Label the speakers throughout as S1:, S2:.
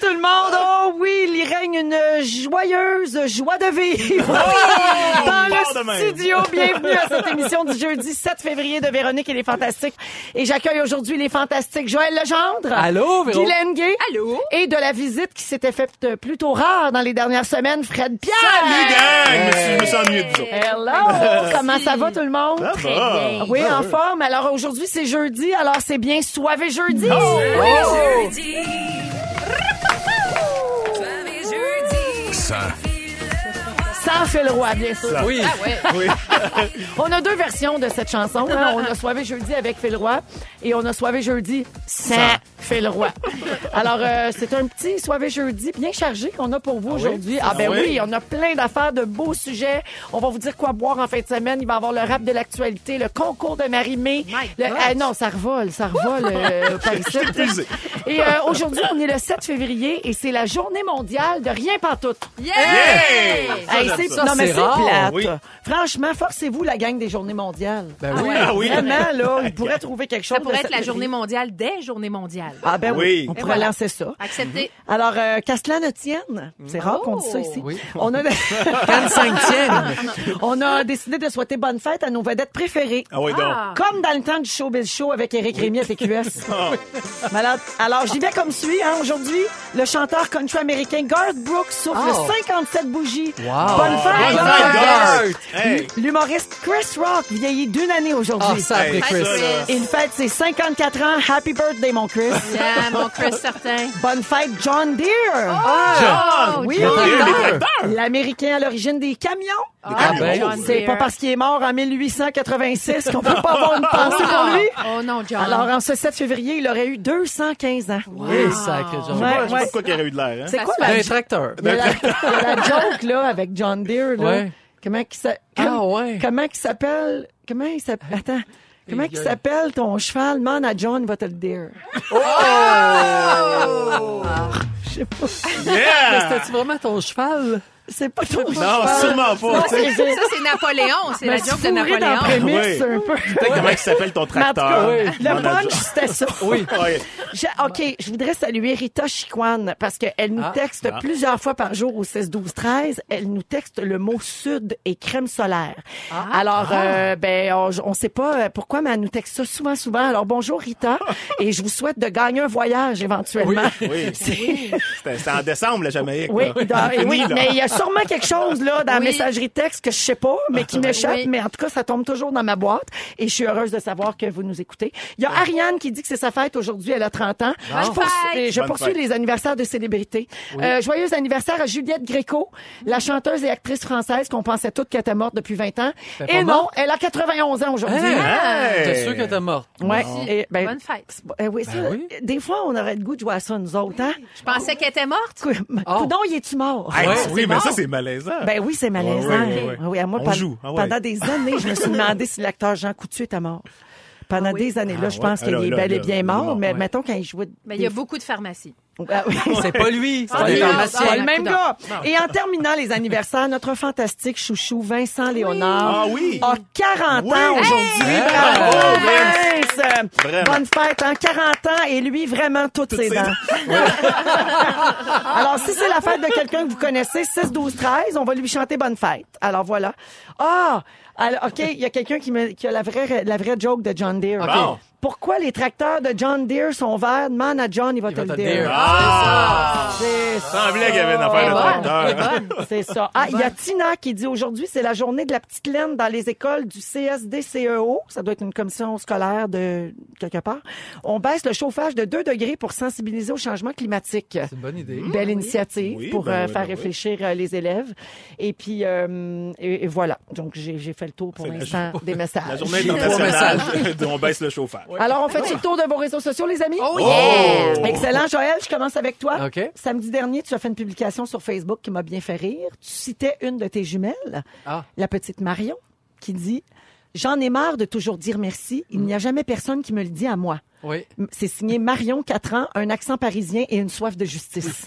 S1: tout le monde! Oh oui, il règne une joyeuse joie de vivre dans
S2: part de
S1: le
S2: même.
S1: studio. Bienvenue à cette émission du jeudi 7 février de Véronique et les Fantastiques. Et j'accueille aujourd'hui les Fantastiques Joël Legendre.
S3: Allô, Véro?
S1: Guylaine Gay.
S4: Allô?
S1: Et de la visite qui s'était faite euh, plutôt rare dans les dernières semaines, Fred Pierre.
S2: Salut, gang! Je me suis- Je me suis ennuyé de vous autres. Ah!
S1: Hello! Comment ça va tout le monde?
S2: Ça va?
S4: bien.
S1: Oui, en forme. Alors aujourd'hui, c'est jeudi, alors c'est bien soivé jeudi. Oh!
S4: Jeudi. Soirée jeudi.
S1: Ça fait le roi, bien sûr.
S3: Oui,
S1: On a deux versions de cette chanson. hein. On a Soivé jeudi avec Phil Roy et on a Soivé jeudi sans Phil Roy. Alors, euh, c'est un petit Soivé jeudi bien chargé qu'on a pour vous aujourd'hui. Ah ben
S2: Ah
S1: oui.
S2: oui?
S1: on a plein d'affaires, de beaux sujets. On va vous dire quoi boire en fin de semaine. Il va y avoir le rap de l'actualité, le concours de Marie-Mé. Le- Ah non, ça revole, ça revole euh, par ici.
S2: épuisé.
S1: Et euh, aujourd'hui, on est le 7 février et c'est la journée mondiale de rien pantoute.
S2: Hey!
S1: Hey, c'est-
S3: ça.
S1: non, mais
S3: c'est
S1: c'est
S3: rare.
S1: plate.
S2: Oui.
S1: Franchement, forcez-vous la gang des journées mondiales.
S3: Ben oui.
S2: Ah oui.
S1: Vraiment, là, ils pourraient trouver quelque chose.
S5: Ça pourrait
S1: de
S5: être la
S1: cette-
S5: journée mondiale des journées mondiales.
S1: Ah ben oui,
S2: Oui.
S1: on
S2: Et
S1: pourrait
S5: voilà.
S1: lancer ça.
S5: Accepté.
S1: Alors, euh, qu'à cela ne tienne, c'est rare qu'on dise ça ici.
S3: Oui.
S1: On, a...
S3: Cannes cinquième.
S1: on a décidé de souhaiter bonne fête à nos vedettes préférées.
S2: Ah oui, donc.
S5: Ah.
S1: Comme dans le temps du showbiz show avec Eric Rémy à TQS.
S2: Ah.
S1: Malade. Alors, j'y vais comme suit. Hein. Aujourd'hui, le chanteur country américain Garth Brooks souffle
S3: Oh.
S1: 57 bougies.
S3: Wow.
S1: Bonne fête,
S2: Bonne
S1: Garth!
S2: fête, Garth! Hey!
S1: L- L'humoriste Chris Rock vieillit d'une année
S3: Ah,
S1: aujourd'hui.
S3: ça après
S2: Hey,
S3: Chris.
S2: ça, là.
S1: Il fête ses 54 ans. Happy birthday, mon Chris.
S5: Yeah, mon Chris certain.
S1: Bonne fête, John Deere.
S5: Oh!
S1: Ah,
S5: John!
S1: oui,
S3: John
S2: Il y a eu des
S3: Deere.
S2: tracteurs.
S1: L'Américain à l'origine des camions.
S5: Ah,
S3: ben,
S5: John
S1: C'est
S5: Deere.
S1: pas parce qu'il est mort en 1886 qu'on peut pas avoir une pensée pour lui.
S5: Oh non, John.
S1: Alors, en ce 7 février, il aurait eu 215 ans.
S3: Oui, sacré John.
S1: Ouais,
S2: Je sais pas
S1: ouais.
S2: pourquoi il y aurait eu de l'air. hein.
S1: C'est quoi
S5: se
S1: la,
S3: Un
S1: il
S3: tracteur.
S1: y a la, il y a la joke, là, avec John Deere, là?
S3: Ouais.
S1: Comment qu'il s'a-
S3: Ah,
S1: comme-
S3: ouais.
S1: Comment qu'il s'appelle? Comment il s'appelle? Attends. Comment qu'il
S3: gueule.
S1: s'appelle ton cheval? Demande à John, il va te le dire.
S5: Oh!
S1: Je sais pas.
S5: Ah!
S2: Yeah!
S3: C'était-tu vraiment ton cheval?
S1: C'est pas ton
S2: Non,
S1: cheval.
S2: sûrement pas. tu sais.
S1: C'est- c'est-
S5: Ça, c'est Napoléon. C'est la
S1: Mais
S5: joke de
S1: fourré dans la
S5: Napoléon.
S1: prémisse,
S2: Oui.
S1: c'est un peu.
S2: Peut-être comment il s'appelle ton
S1: Mais en tout cas,
S2: tracteur.
S1: le
S2: Manager.
S1: punch, c'était ça.
S3: Oui.
S2: Ouais.
S1: Je- OK, je voudrais saluer Rita Chiquan parce qu'elle nous
S3: Ah.
S1: texte
S2: Ah.
S1: plusieurs fois par jour au 16 12 13, elle nous texte le mot sud et crème solaire. Alors euh, ben on, on sait pas euh, pourquoi mais elle nous texte ça souvent souvent. Alors bonjour Rita et je vous souhaite de gagner un voyage éventuellement.
S2: Oui.
S1: C'est-
S2: C'était c'était en décembre, la Jamaïque.
S1: Oui,
S2: là.
S1: dans-
S2: Fini,
S1: oui,
S2: là.
S1: mais il y a sûrement quelque chose là dans la
S5: Oui. Ah, ben
S1: messagerie texte que je sais pas, mais qui m'échappe.
S5: Oui.
S1: Mais en tout cas, ça tombe toujours dans ma boîte et je suis heureuse de savoir que vous nous écoutez. Il y a Ariane qui dit que c'est sa fête aujourd'hui, elle a 30 ans. Je, poursuis-
S5: fête!
S1: et je
S2: Bonne
S1: poursuis
S2: fête.
S1: les anniversaires de célébrités. Euh, joyeux anniversaire à Juliette Gréco, la chanteuse et actrice française qu'on pensait toutes qu'elle était morte depuis 20 ans.
S3: Elle est pas
S1: Et non,
S3: morte?
S1: elle a 91 ans aujourd'hui.
S3: Hein?
S2: Hey!
S3: T'es sûr que t'es morte?
S1: Ouais, et ben,
S5: Bonne fête.
S1: eh oui, ça,
S3: oui.
S1: Des fois, on aurait le goût de jouer à ça, nous autres. Hein?
S5: Je pensais qu'elle était morte.
S1: Cou- Coudon, il est-tu mort?
S2: Ah. Hey,
S3: Ouais,
S2: oui,
S3: c'est
S2: mais
S3: bon.
S2: ça, c'est malaisant.
S1: Ben oui, c'est malaisant.
S2: Ouais, ouais, ouais, ouais.
S1: Ah oui, à moi,
S2: On
S1: pen-
S2: joue, ah ouais.
S1: pendant des années, je me suis demandé si l'acteur Jean Coutu était mort. Pendant des années, là, je pense
S2: Ah,
S1: qu'il
S2: là,
S1: est
S2: là,
S1: bel et
S2: là,
S1: bien
S2: là,
S1: mort,
S2: mort,
S1: mais
S3: ouais.
S1: mettons quand il jouait.
S5: Mais Ben, il y a beaucoup de pharmacies.
S1: Ah oui.
S3: C'est pas lui. C'est
S5: Ah,
S3: pas
S5: oui.
S3: les pharmaciens.
S1: C'est
S5: pharmacien,
S1: le même
S5: coudonc.
S1: gars. Et en terminant les anniversaires, notre fantastique chouchou Vincent Léonard
S2: Ah oui.
S1: a 40
S2: Oui.
S1: ans aujourd'hui.
S3: Hey.
S1: Bravo,
S2: Bravo,
S1: Vince.
S2: Vraiment.
S1: Bonne fête, hein? 40 ans et lui, vraiment, toutes, ses
S2: ses
S1: dents.
S2: dents.
S1: Alors, si c'est la fête de quelqu'un que vous connaissez, 6, 12, 13, on va lui chanter bonne fête. Alors, voilà. Ah! Alors, OK, il y a quelqu'un qui, me- qui a la vraie, la vraie joke de John Deere.
S3: OK.
S2: Bon.
S1: Pourquoi les tracteurs de John Deere sont verts? Demande à John, il va te
S3: va
S1: le
S3: te
S1: dire.
S3: le dire.
S2: Ah!
S1: C'est
S2: Il semblait qu'il y avait une affaire de
S5: bonne.
S2: tracteur.
S1: C'est ça. Ah, il y a Tina qui dit aujourd'hui, c'est la journée de la petite laine dans les écoles du CSD-CEO. E Ça doit être une commission scolaire de quelque part. On baisse le chauffage de 2 degrés pour sensibiliser au changement climatique.
S3: C'est une bonne idée.
S1: Belle initiative
S2: Oui,
S1: pour
S2: ben
S1: euh,
S2: oui, ben
S1: faire
S2: oui.
S1: réfléchir euh, les élèves. Et puis, euh, et, et voilà. Donc, j'ai j'ai fait le tour pour
S2: C'est la
S1: l'instant des messages.
S2: La journée
S3: messages.
S2: internationale, de- on baisse le chauffage.
S1: Alors, on fait le tour de vos réseaux sociaux, les amis?
S5: Oh yeah!
S2: Oh!
S1: Excellent, Joël. Je commence avec toi.
S3: OK.
S1: Samedi dernier, tu as fait une publication sur Facebook qui m'a bien fait rire. Tu citais une de tes jumelles,
S3: Ah.
S1: la petite Marion, qui dit J'en ai marre de toujours dire merci. Il n'y a jamais personne qui me le dit à moi.
S3: Oui.
S1: M- C'est signé Marion, 4 ans, un accent parisien et une soif de justice.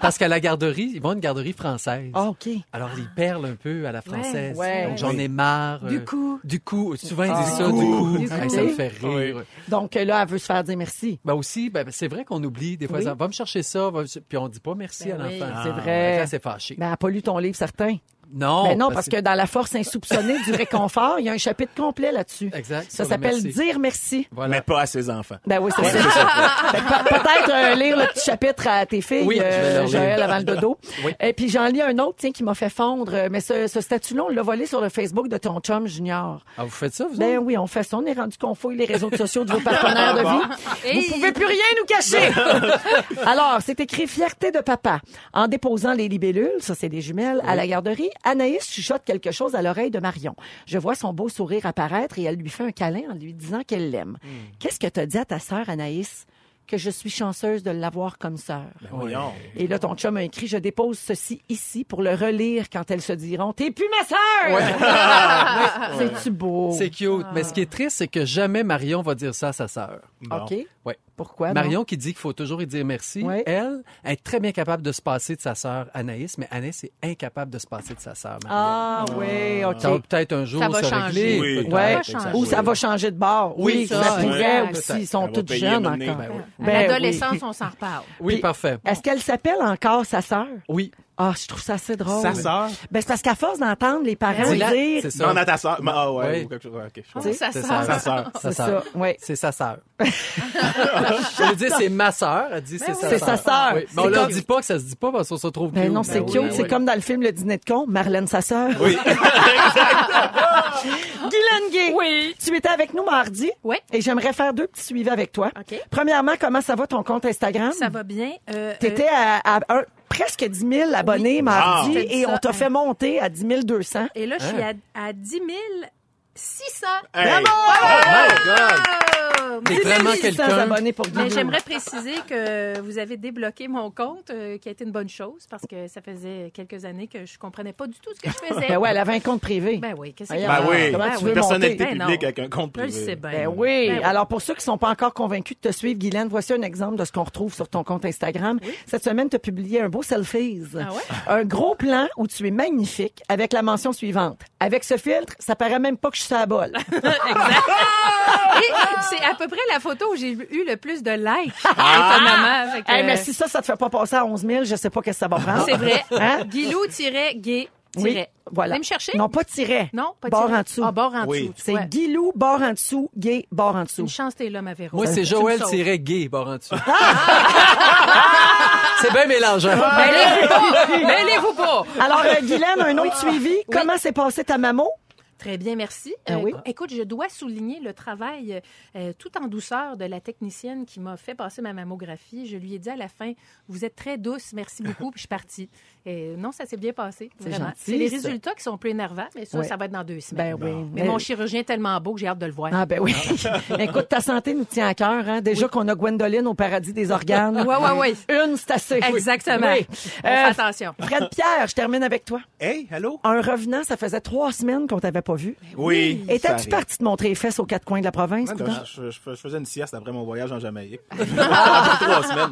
S3: Parce qu'à la garderie, ils vont à une garderie française.
S1: Ah, OK.
S3: Alors, ils perlent un peu à la française.
S1: Ouais.
S3: Donc, j'en ai marre.
S5: Du
S3: euh,
S5: coup.
S3: Du coup. Souvent, ils disent
S1: Ah.
S3: ça, du coup.
S5: Du coup.
S3: Hey, ça me fait rire.
S2: Oui.
S1: Donc euh, là, elle veut se faire dire merci.
S3: Ben aussi, ben, c'est vrai qu'on oublie des fois.
S1: Oui.
S3: ça, Va me chercher ça, va me- puis on dit pas merci
S5: Ben
S3: à
S5: oui.
S3: l'enfant.
S1: C'est vrai.
S3: Fait que Là, c'est fâché.
S1: Ben, elle n'a pas lu ton livre, certain.
S3: non,
S1: Ben non, parce que dans la force insoupçonnée du réconfort, il y a un chapitre complet là-dessus.
S3: Exact, sur
S1: Ça
S3: le
S1: s'appelle
S3: merci.
S1: Dire merci.
S3: Voilà.
S2: Mais pas à ses enfants.
S1: Ben oui, c'est ça. Fait que pe- Peut-être euh, lire le petit chapitre à tes filles,
S3: Oui, je vais
S1: euh,
S3: leur lire.
S1: Joël, avant le dodo.
S3: Oui.
S1: Et puis j'en lis un autre, tiens, qui m'a fait fondre. Euh, Mais ce, ce statut-là, on l'a volé sur le Facebook de ton chum junior.
S3: Ah, vous faites ça, vous
S1: Ben
S3: autres?
S1: oui, on fait ça. On est rendu qu'on fouille les réseaux sociaux de vos partenaires de vie.
S5: Hey.
S1: Vous pouvez plus rien nous cacher. Alors, c'est écrit fierté de papa. En déposant les libellules, ça c'est des jumelles, à la garderie, Anaïs chuchote quelque chose à l'oreille de Marion. Je vois son beau sourire apparaître et elle lui fait un câlin en lui disant qu'elle l'aime. Qu'est-ce que t'as dit à ta sœur Anaïs? Que je suis chanceuse de l'avoir comme sœur.
S2: Voyons.
S1: Et là, ton chum a écrit, je dépose ceci ici pour le relire quand elles se diront, t'es plus ma sœur! C'est-tu beau?
S3: C'est cute. Mais ce qui est
S1: Ah.
S3: triste, c'est que jamais Marion va dire ça à sa sœur.
S2: Bon.
S1: OK.
S3: Ouais.
S1: Pourquoi? Ben non?
S3: Marion qui dit qu'il faut toujours lui dire merci,
S1: Ouais.
S3: elle, elle est très bien capable de se passer de sa sœur Anaïs, mais Anaïs est incapable de se passer de sa sœur Marion.
S1: Ah oui, OK.
S3: Ça va peut-être un jour
S5: Ça va
S3: se
S5: changer.
S3: régler.
S2: Oui.
S3: peut-être.
S1: Ouais.
S5: Ça va changer.
S1: Ou ça va changer de bord. Oui,
S3: Oui,
S1: ça,
S5: ça,
S1: pourrait
S5: exact.
S1: aussi. Ils
S2: Ça
S1: sont
S2: va
S1: tous
S2: payer
S1: jeunes
S2: maintenant.
S1: encore.
S3: Ben oui.
S5: À
S1: Ben
S5: l'adolescence,
S1: oui.
S5: on s'en reparle.
S3: Oui,
S1: Puis-
S3: parfait.
S1: Est-ce qu'elle s'appelle encore sa sœur?
S3: Oui.
S1: Ah, je trouve ça assez drôle.
S2: Sa sœur?
S1: Ben, c'est parce qu'à force d'entendre les parents
S3: C'est la-
S1: dire...
S3: c'est
S1: C'est
S3: ça.
S2: Non, à ta sœur. Ma- Ah ouais,
S3: Oui.
S2: ou quelque chose. ok, je
S5: Oh,
S2: comprends.
S5: ça
S3: C'est
S5: sent.
S3: ça.
S2: Sa sœur.
S3: Sa
S1: ça,
S3: sœur.
S1: oui.
S3: C'est sa sœur. Je veux dire, c'est ma sœur. Elle dit, c'est
S1: Ben oui.
S3: sa sœur.
S1: C'est sa sœur.
S3: Oui.
S1: C'est
S3: Mais on leur
S1: comme-
S3: dit pas que ça se dit pas parce qu'on se trouve
S1: Ben
S3: cute.
S1: non, c'est
S3: Ben
S1: cute.
S3: oui,
S1: c'est
S3: oui.
S1: comme dans le film Le Dîner de con, Marlène, sa sœur.
S2: Oui.
S1: Guylaine Gay,
S5: Oui.
S1: tu étais avec nous mardi.
S5: Oui.
S1: Et j'aimerais faire deux petits suivis avec toi.
S5: OK.
S1: Premièrement, comment ça va ton compte Instagram?
S5: Ça va bien. Euh,
S1: T'étais à, à un- presque 10 000 abonnés mardi
S5: Je te dis
S1: et on
S5: ça,
S1: t'a
S5: hein.
S1: fait monter à 10 200.
S5: euh, et là, je suis
S1: Hein?
S5: à, à 10 600.
S2: Hey. ben
S1: Ah!
S3: My God!
S5: Oh,
S3: T'es vraiment
S1: 10 800
S3: quelqu'un.
S1: abonnés pour
S5: Mais
S1: Guylaine.
S5: j'aimerais préciser que vous avez débloqué mon compte, euh, qui a été une bonne chose, parce que ça faisait quelques années que je comprenais pas du tout ce que je faisais.
S1: Ben ouais, elle avait un compte privé.
S5: Ben oui, qu'est-ce
S1: Ben
S5: que
S2: Ben oui.
S1: Comment
S5: Ben
S1: tu
S5: oui.
S1: veux
S2: Personnalité
S5: monter? Ben
S2: publique
S5: non.
S2: avec un compte
S5: Je le
S2: privé.
S5: sais bien.
S1: Ben oui.
S5: Ben oui.
S1: Alors pour ceux qui sont pas encore convaincus de te suivre, Guylaine, voici un exemple de ce qu'on retrouve sur ton compte Instagram. Cette semaine, tu as publié un beau selfies.
S5: Ah ouais?
S1: Un gros plan où tu es magnifique avec la mention suivante. Avec ce filtre, ça paraît même pas que je suis à la bolle.
S5: Et c'est à peu près la photo où j'ai eu le plus de likes, étonnamment. Fait que-
S1: Ah! Hey, mais si ça, ça te fait pas passer à 11 000, je sais pas qu'est-ce que ça va
S5: Euh.
S1: prendre.
S5: Ah, C'est vrai.
S1: Hein?
S5: Guilou-gay.
S1: Oui, voilà.
S5: Allez me chercher?
S1: Non, pas tiré.
S5: Non, pas
S1: Barre
S5: tiré.
S1: en dessous.
S5: Ah, barre en
S2: Oui.
S5: dessous. tu
S1: C'est
S5: vois.
S1: Guilou, barre en dessous, gay, barre en dessous.
S5: Une chance, t'es là, ma Véro.
S3: Moi, c'est
S5: Tu me
S3: Joël
S5: sauves.
S3: tiret gay, Barentu.
S1: Ah!
S3: c'est bien mélangeant.
S5: Mêlez-vous pas! Mêlez-vous pas!
S1: Alors, euh, Guylaine, un
S5: Ah.
S1: autre suivi. Comment s'est passée ta maman?
S5: Très bien, merci. Euh,
S1: Ben oui.
S5: Écoute, je dois souligner le travail euh, tout en douceur de la technicienne qui m'a fait passer ma mammographie. Je lui ai dit à la fin, vous êtes très douce, merci beaucoup, puis je suis partie. Et non, ça s'est bien passé.
S1: C'est
S5: vraiment.
S1: gentil,
S5: C'est les
S1: ça.
S5: résultats qui sont plus énervants, mais ça,
S1: Ouais.
S5: ça va être dans deux
S1: Ben
S5: semaines.
S1: oui.
S5: Mais mon chirurgien est tellement beau que j'ai hâte de le voir.
S1: Ah ben oui. Écoute, ta santé nous tient à cœur. Hein? Déjà qu'on a Gwendoline au paradis des organes.
S5: Ouais, ouais, ouais.
S1: Une, c'est assez.
S5: Exactement.
S1: Ah Oui.
S5: On
S1: Euh,
S5: fait attention.
S2: Ah,
S1: Fred Pierre, je termine avec toi.
S2: Hey, allô?
S1: Un revenant, ça faisait trois semaines qu'on t'avait pas vu.
S5: Ben
S2: Oui. ça
S1: Étais-tu
S2: arrive.
S1: parti te montrer les fesses aux quatre coins de la province?
S2: Ouais, ben,
S1: coudonc?
S2: je, je- je faisais une sieste après mon voyage en Jamaïque. Trois semaines.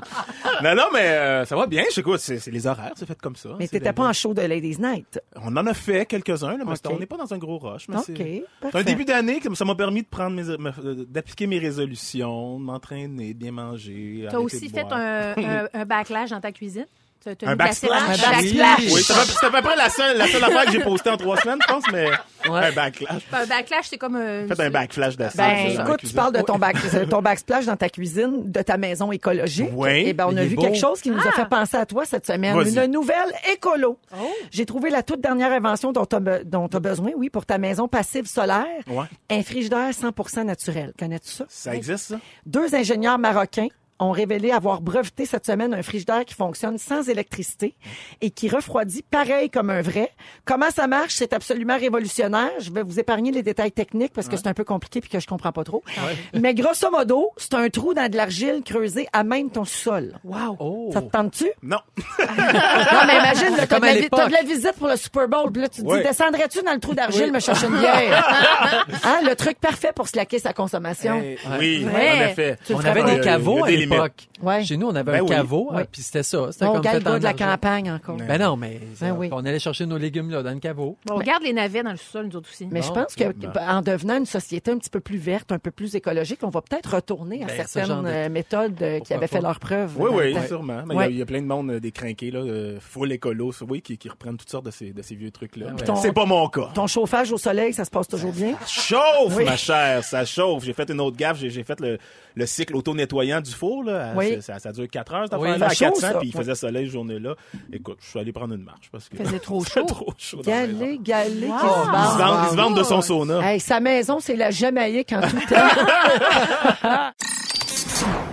S2: Non, non, mais euh, ça va bien. Je sais quoi, c'est c'est les horaires, c'est fait comme ça.
S1: Mais
S2: C'est
S1: t'étais
S2: la
S1: pas en show de Ladies Night.
S2: On en a fait quelques-uns, là, mais c'est-
S1: Ok.
S2: on n'est pas dans un gros rush. Mais
S1: Ok,
S2: c'est- c'est
S1: parfait.
S2: un début d'année, que ça m'a permis de prendre mes, me- euh, d'appliquer mes résolutions, de m'entraîner, de bien manger.
S5: Tu as aussi fait un, un- un backlash dans ta cuisine? T'as- t'as
S2: Un
S5: mis de la
S2: backsplash?
S5: céramique-
S3: Un backsplash.
S2: Oui, c'est à peu- c'est à peu près la seule, la seule affaire que j'ai postée en trois semaines, je pense, mais un backlash.
S5: Un backlash, c'est comme un...
S2: Faites un backflash d'assiette.
S1: Ben,
S2: c'est ça, la
S1: écoute, tu
S2: cuisine.
S1: parles de ton, bac, ton backsplash dans ta cuisine, de ta maison écologique.
S2: Oui.
S1: Eh ben, on
S3: Il
S1: a
S3: est
S1: vu
S3: beau.
S1: quelque chose qui nous a fait penser à toi cette semaine.
S2: Vas-y.
S1: Une nouvelle écolo.
S5: Oh.
S1: J'ai trouvé la toute dernière invention dont tu as, besoin, oui, pour ta maison passive solaire.
S2: Ouais.
S1: Un frigidaire 100% naturel. Connais-tu ça?
S2: Ça existe, ça?
S1: Deux ingénieurs marocains ont révélé avoir breveté cette semaine un frigidaire qui fonctionne sans électricité et qui refroidit pareil comme un vrai. Comment ça marche? C'est absolument révolutionnaire. Je vais vous épargner les détails techniques parce que c'est un peu compliqué puis que je comprends pas trop.
S3: Ah
S1: Mais grosso modo, c'est un trou dans de l'argile creusé à même ton sous-sol.
S5: Wow!
S3: Oh.
S1: Ça te tente-tu?
S2: Non.
S1: Non, mais imagine, là, t'as
S3: Ah, Comme
S1: de
S3: à
S1: la, vi- t'as
S3: l'époque.
S1: de la visite pour le Super Bowl. Puis là, tu te
S2: Oui.
S1: dis, descendrais-tu dans le trou d'argile me chercher une bière? hein, le truc parfait pour slacker sa consommation.
S2: Eh, Oui,
S5: Ouais.
S2: en effet.
S1: Tu le
S3: On
S1: ferais
S3: avait
S1: pas.
S3: des
S2: euh, il
S3: caveaux
S2: y a
S3: à
S2: des limites.
S3: l'époque.
S1: Ouais.
S3: Chez nous, on avait
S2: Ben
S3: un
S2: oui.
S3: caveau,
S1: Ouais.
S3: hein, puis c'était ça. C'était
S1: Mon
S3: comme
S1: gars, le
S3: fait
S1: gars
S3: en
S1: de la
S3: argent.
S1: campagne encore.
S3: Ben non, mais
S1: Ben oui. Oh!
S3: on allait chercher nos légumes là, dans le caveau.
S5: On regarde les navets dans le sol, nous autres aussi.
S1: Mais je
S3: Bon,
S1: pense que
S3: bon.
S1: en devenant une société un petit peu plus verte, un peu plus écologique, on va peut-être retourner à
S3: Ben, ce genre
S1: certaines
S3: de-
S1: euh, méthodes euh, qui
S3: Pourquoi
S1: avaient fait
S3: pas?
S1: leur preuve.
S2: Oui,
S1: dans le
S2: oui,
S1: temps.
S2: sûrement. Mais il y a-
S1: Ouais.
S2: il y, a plein de monde euh, décrinqué, là, euh, full écolo, oui, qui, qui reprennent toutes sortes de ces, de ces vieux trucs-là.
S3: Ouais,
S2: Mais
S1: ton-
S2: C'est pas mon cas.
S1: Ton chauffage au soleil, ça se passe toujours bien?
S2: Chauffe,
S1: Oui.
S2: ma chère, ça chauffe. J'ai fait une autre gaffe, j'ai j'ai fait le, le cycle auto-nettoyant du four. Là.
S1: Oui.
S2: Ça, ça dure 4 heures, cette
S3: Oui.
S2: affaire-là, à
S1: Ça chauffe,
S2: 400,
S1: ça.
S2: puis il
S1: Ouais.
S2: faisait soleil ce journée-là. Écoute, je suis allé prendre une marche parce que...
S5: Il faisait trop
S2: c'était
S5: chaud.
S2: trop chaud dans la maison.
S1: Galé, galé, qui
S5: Wow.
S1: se
S2: Il se
S1: barre.
S2: vante- il se vante de son sauna.
S1: Hey, sa maison, c'est la Jamaïque en tout temps.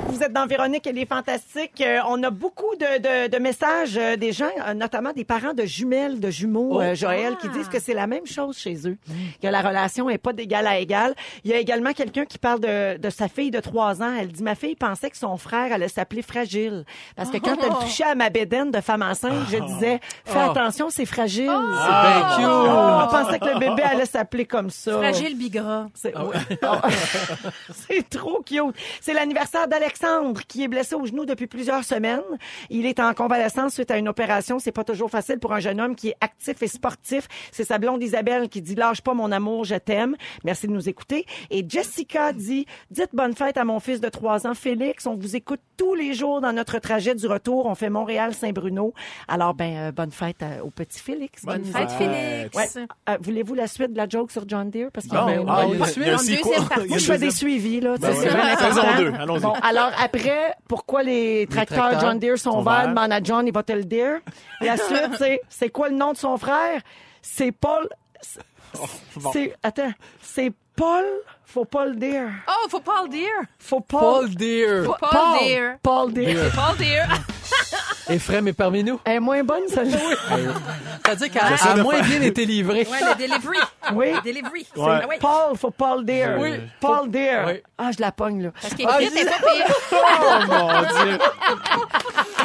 S1: Vous êtes dans Véronique, elle est fantastique. Euh, on a beaucoup de, de- de messages euh, des gens, euh, notamment des parents de jumelles, de jumeaux, euh, Joël, qui disent que c'est la même chose chez eux, que la relation est pas d'égal à égal. Il y a également quelqu'un qui parle de, de sa fille de 3 ans. Elle dit, ma fille pensait que son frère allait s'appeler Fragile. Parce que quand elle touchait à ma bédaine de femme enceinte, je disais, fais
S3: Oh.
S1: attention, c'est fragile.
S3: Ben,
S1: Ah.
S3: cute.
S1: On pensait que le bébé allait s'appeler comme ça.
S5: Fragile Bigra.
S1: C'est Ah, C'est trop cute. C'est l'anniversaire d'Alexandre qui est blessé au genou depuis plusieurs semaines. Il est en convalescence suite à une opération. C'est pas toujours facile pour un jeune homme qui est actif et sportif. C'est sa blonde Isabelle qui dit lâche pas mon amour, je t'aime. Merci de nous écouter. Et Jessica dit dites bonne fête à mon fils de 3 ans Félix. On vous écoute tous les jours dans notre trajet du retour. On fait Montréal Saint-Bruno. Alors ben euh, bonne fête euh, au petit Félix.
S5: Bonne
S1: Qui nous
S5: fête,
S1: écoute.
S5: Félix.
S1: Ouais. Euh, Voulez-vous la suite de la joke sur John Deere parce qu'il y en a
S3: Non.
S1: une.
S3: Ah,
S2: il y a-
S3: oui.
S2: il y a un
S5: En deuxième
S2: sequel.
S5: partie.
S2: Il y a
S1: Moi,
S2: une
S1: je fais
S2: deuxième-
S1: des suivis, là. tu sais,
S2: Ben
S1: c'est
S2: oui.
S1: bien
S2: Saison
S1: important.
S2: deux, allons-y.
S1: Bon, alors après, pourquoi les tracteurs,
S3: tracteurs
S1: John Deere sont
S2: sont
S1: verts?
S2: verts.
S1: Demande à John, il va te le dire. La suite, c'est c'est quoi le nom de son frère? C'est Paul. c'est- C'est. Attends. C'est Paul. Faut pas le dire.
S5: Oh, faut pas le dire.
S1: Faut Paul.
S3: Paul Dear.
S5: Paul Deere.
S1: Paul Deere.
S5: Pas le dire.
S3: Ephraim est parmi nous.
S1: Elle est moins bonne, celle-là.
S3: C'est-à-dire qu'elle a
S2: de
S3: moins bien été livrée.
S5: Ouais, le delivery.
S1: Oui.
S5: Le delivery. C'est-
S2: Ouais.
S5: ah ouais.
S1: Paul, faut Paul Deere.
S3: Oui.
S1: Paul Deere.
S3: Oui.
S1: Ah, je la pogne, là.
S5: Parce qu'écrite, elle est pas pire. Ah.
S2: Oh mon Dieu!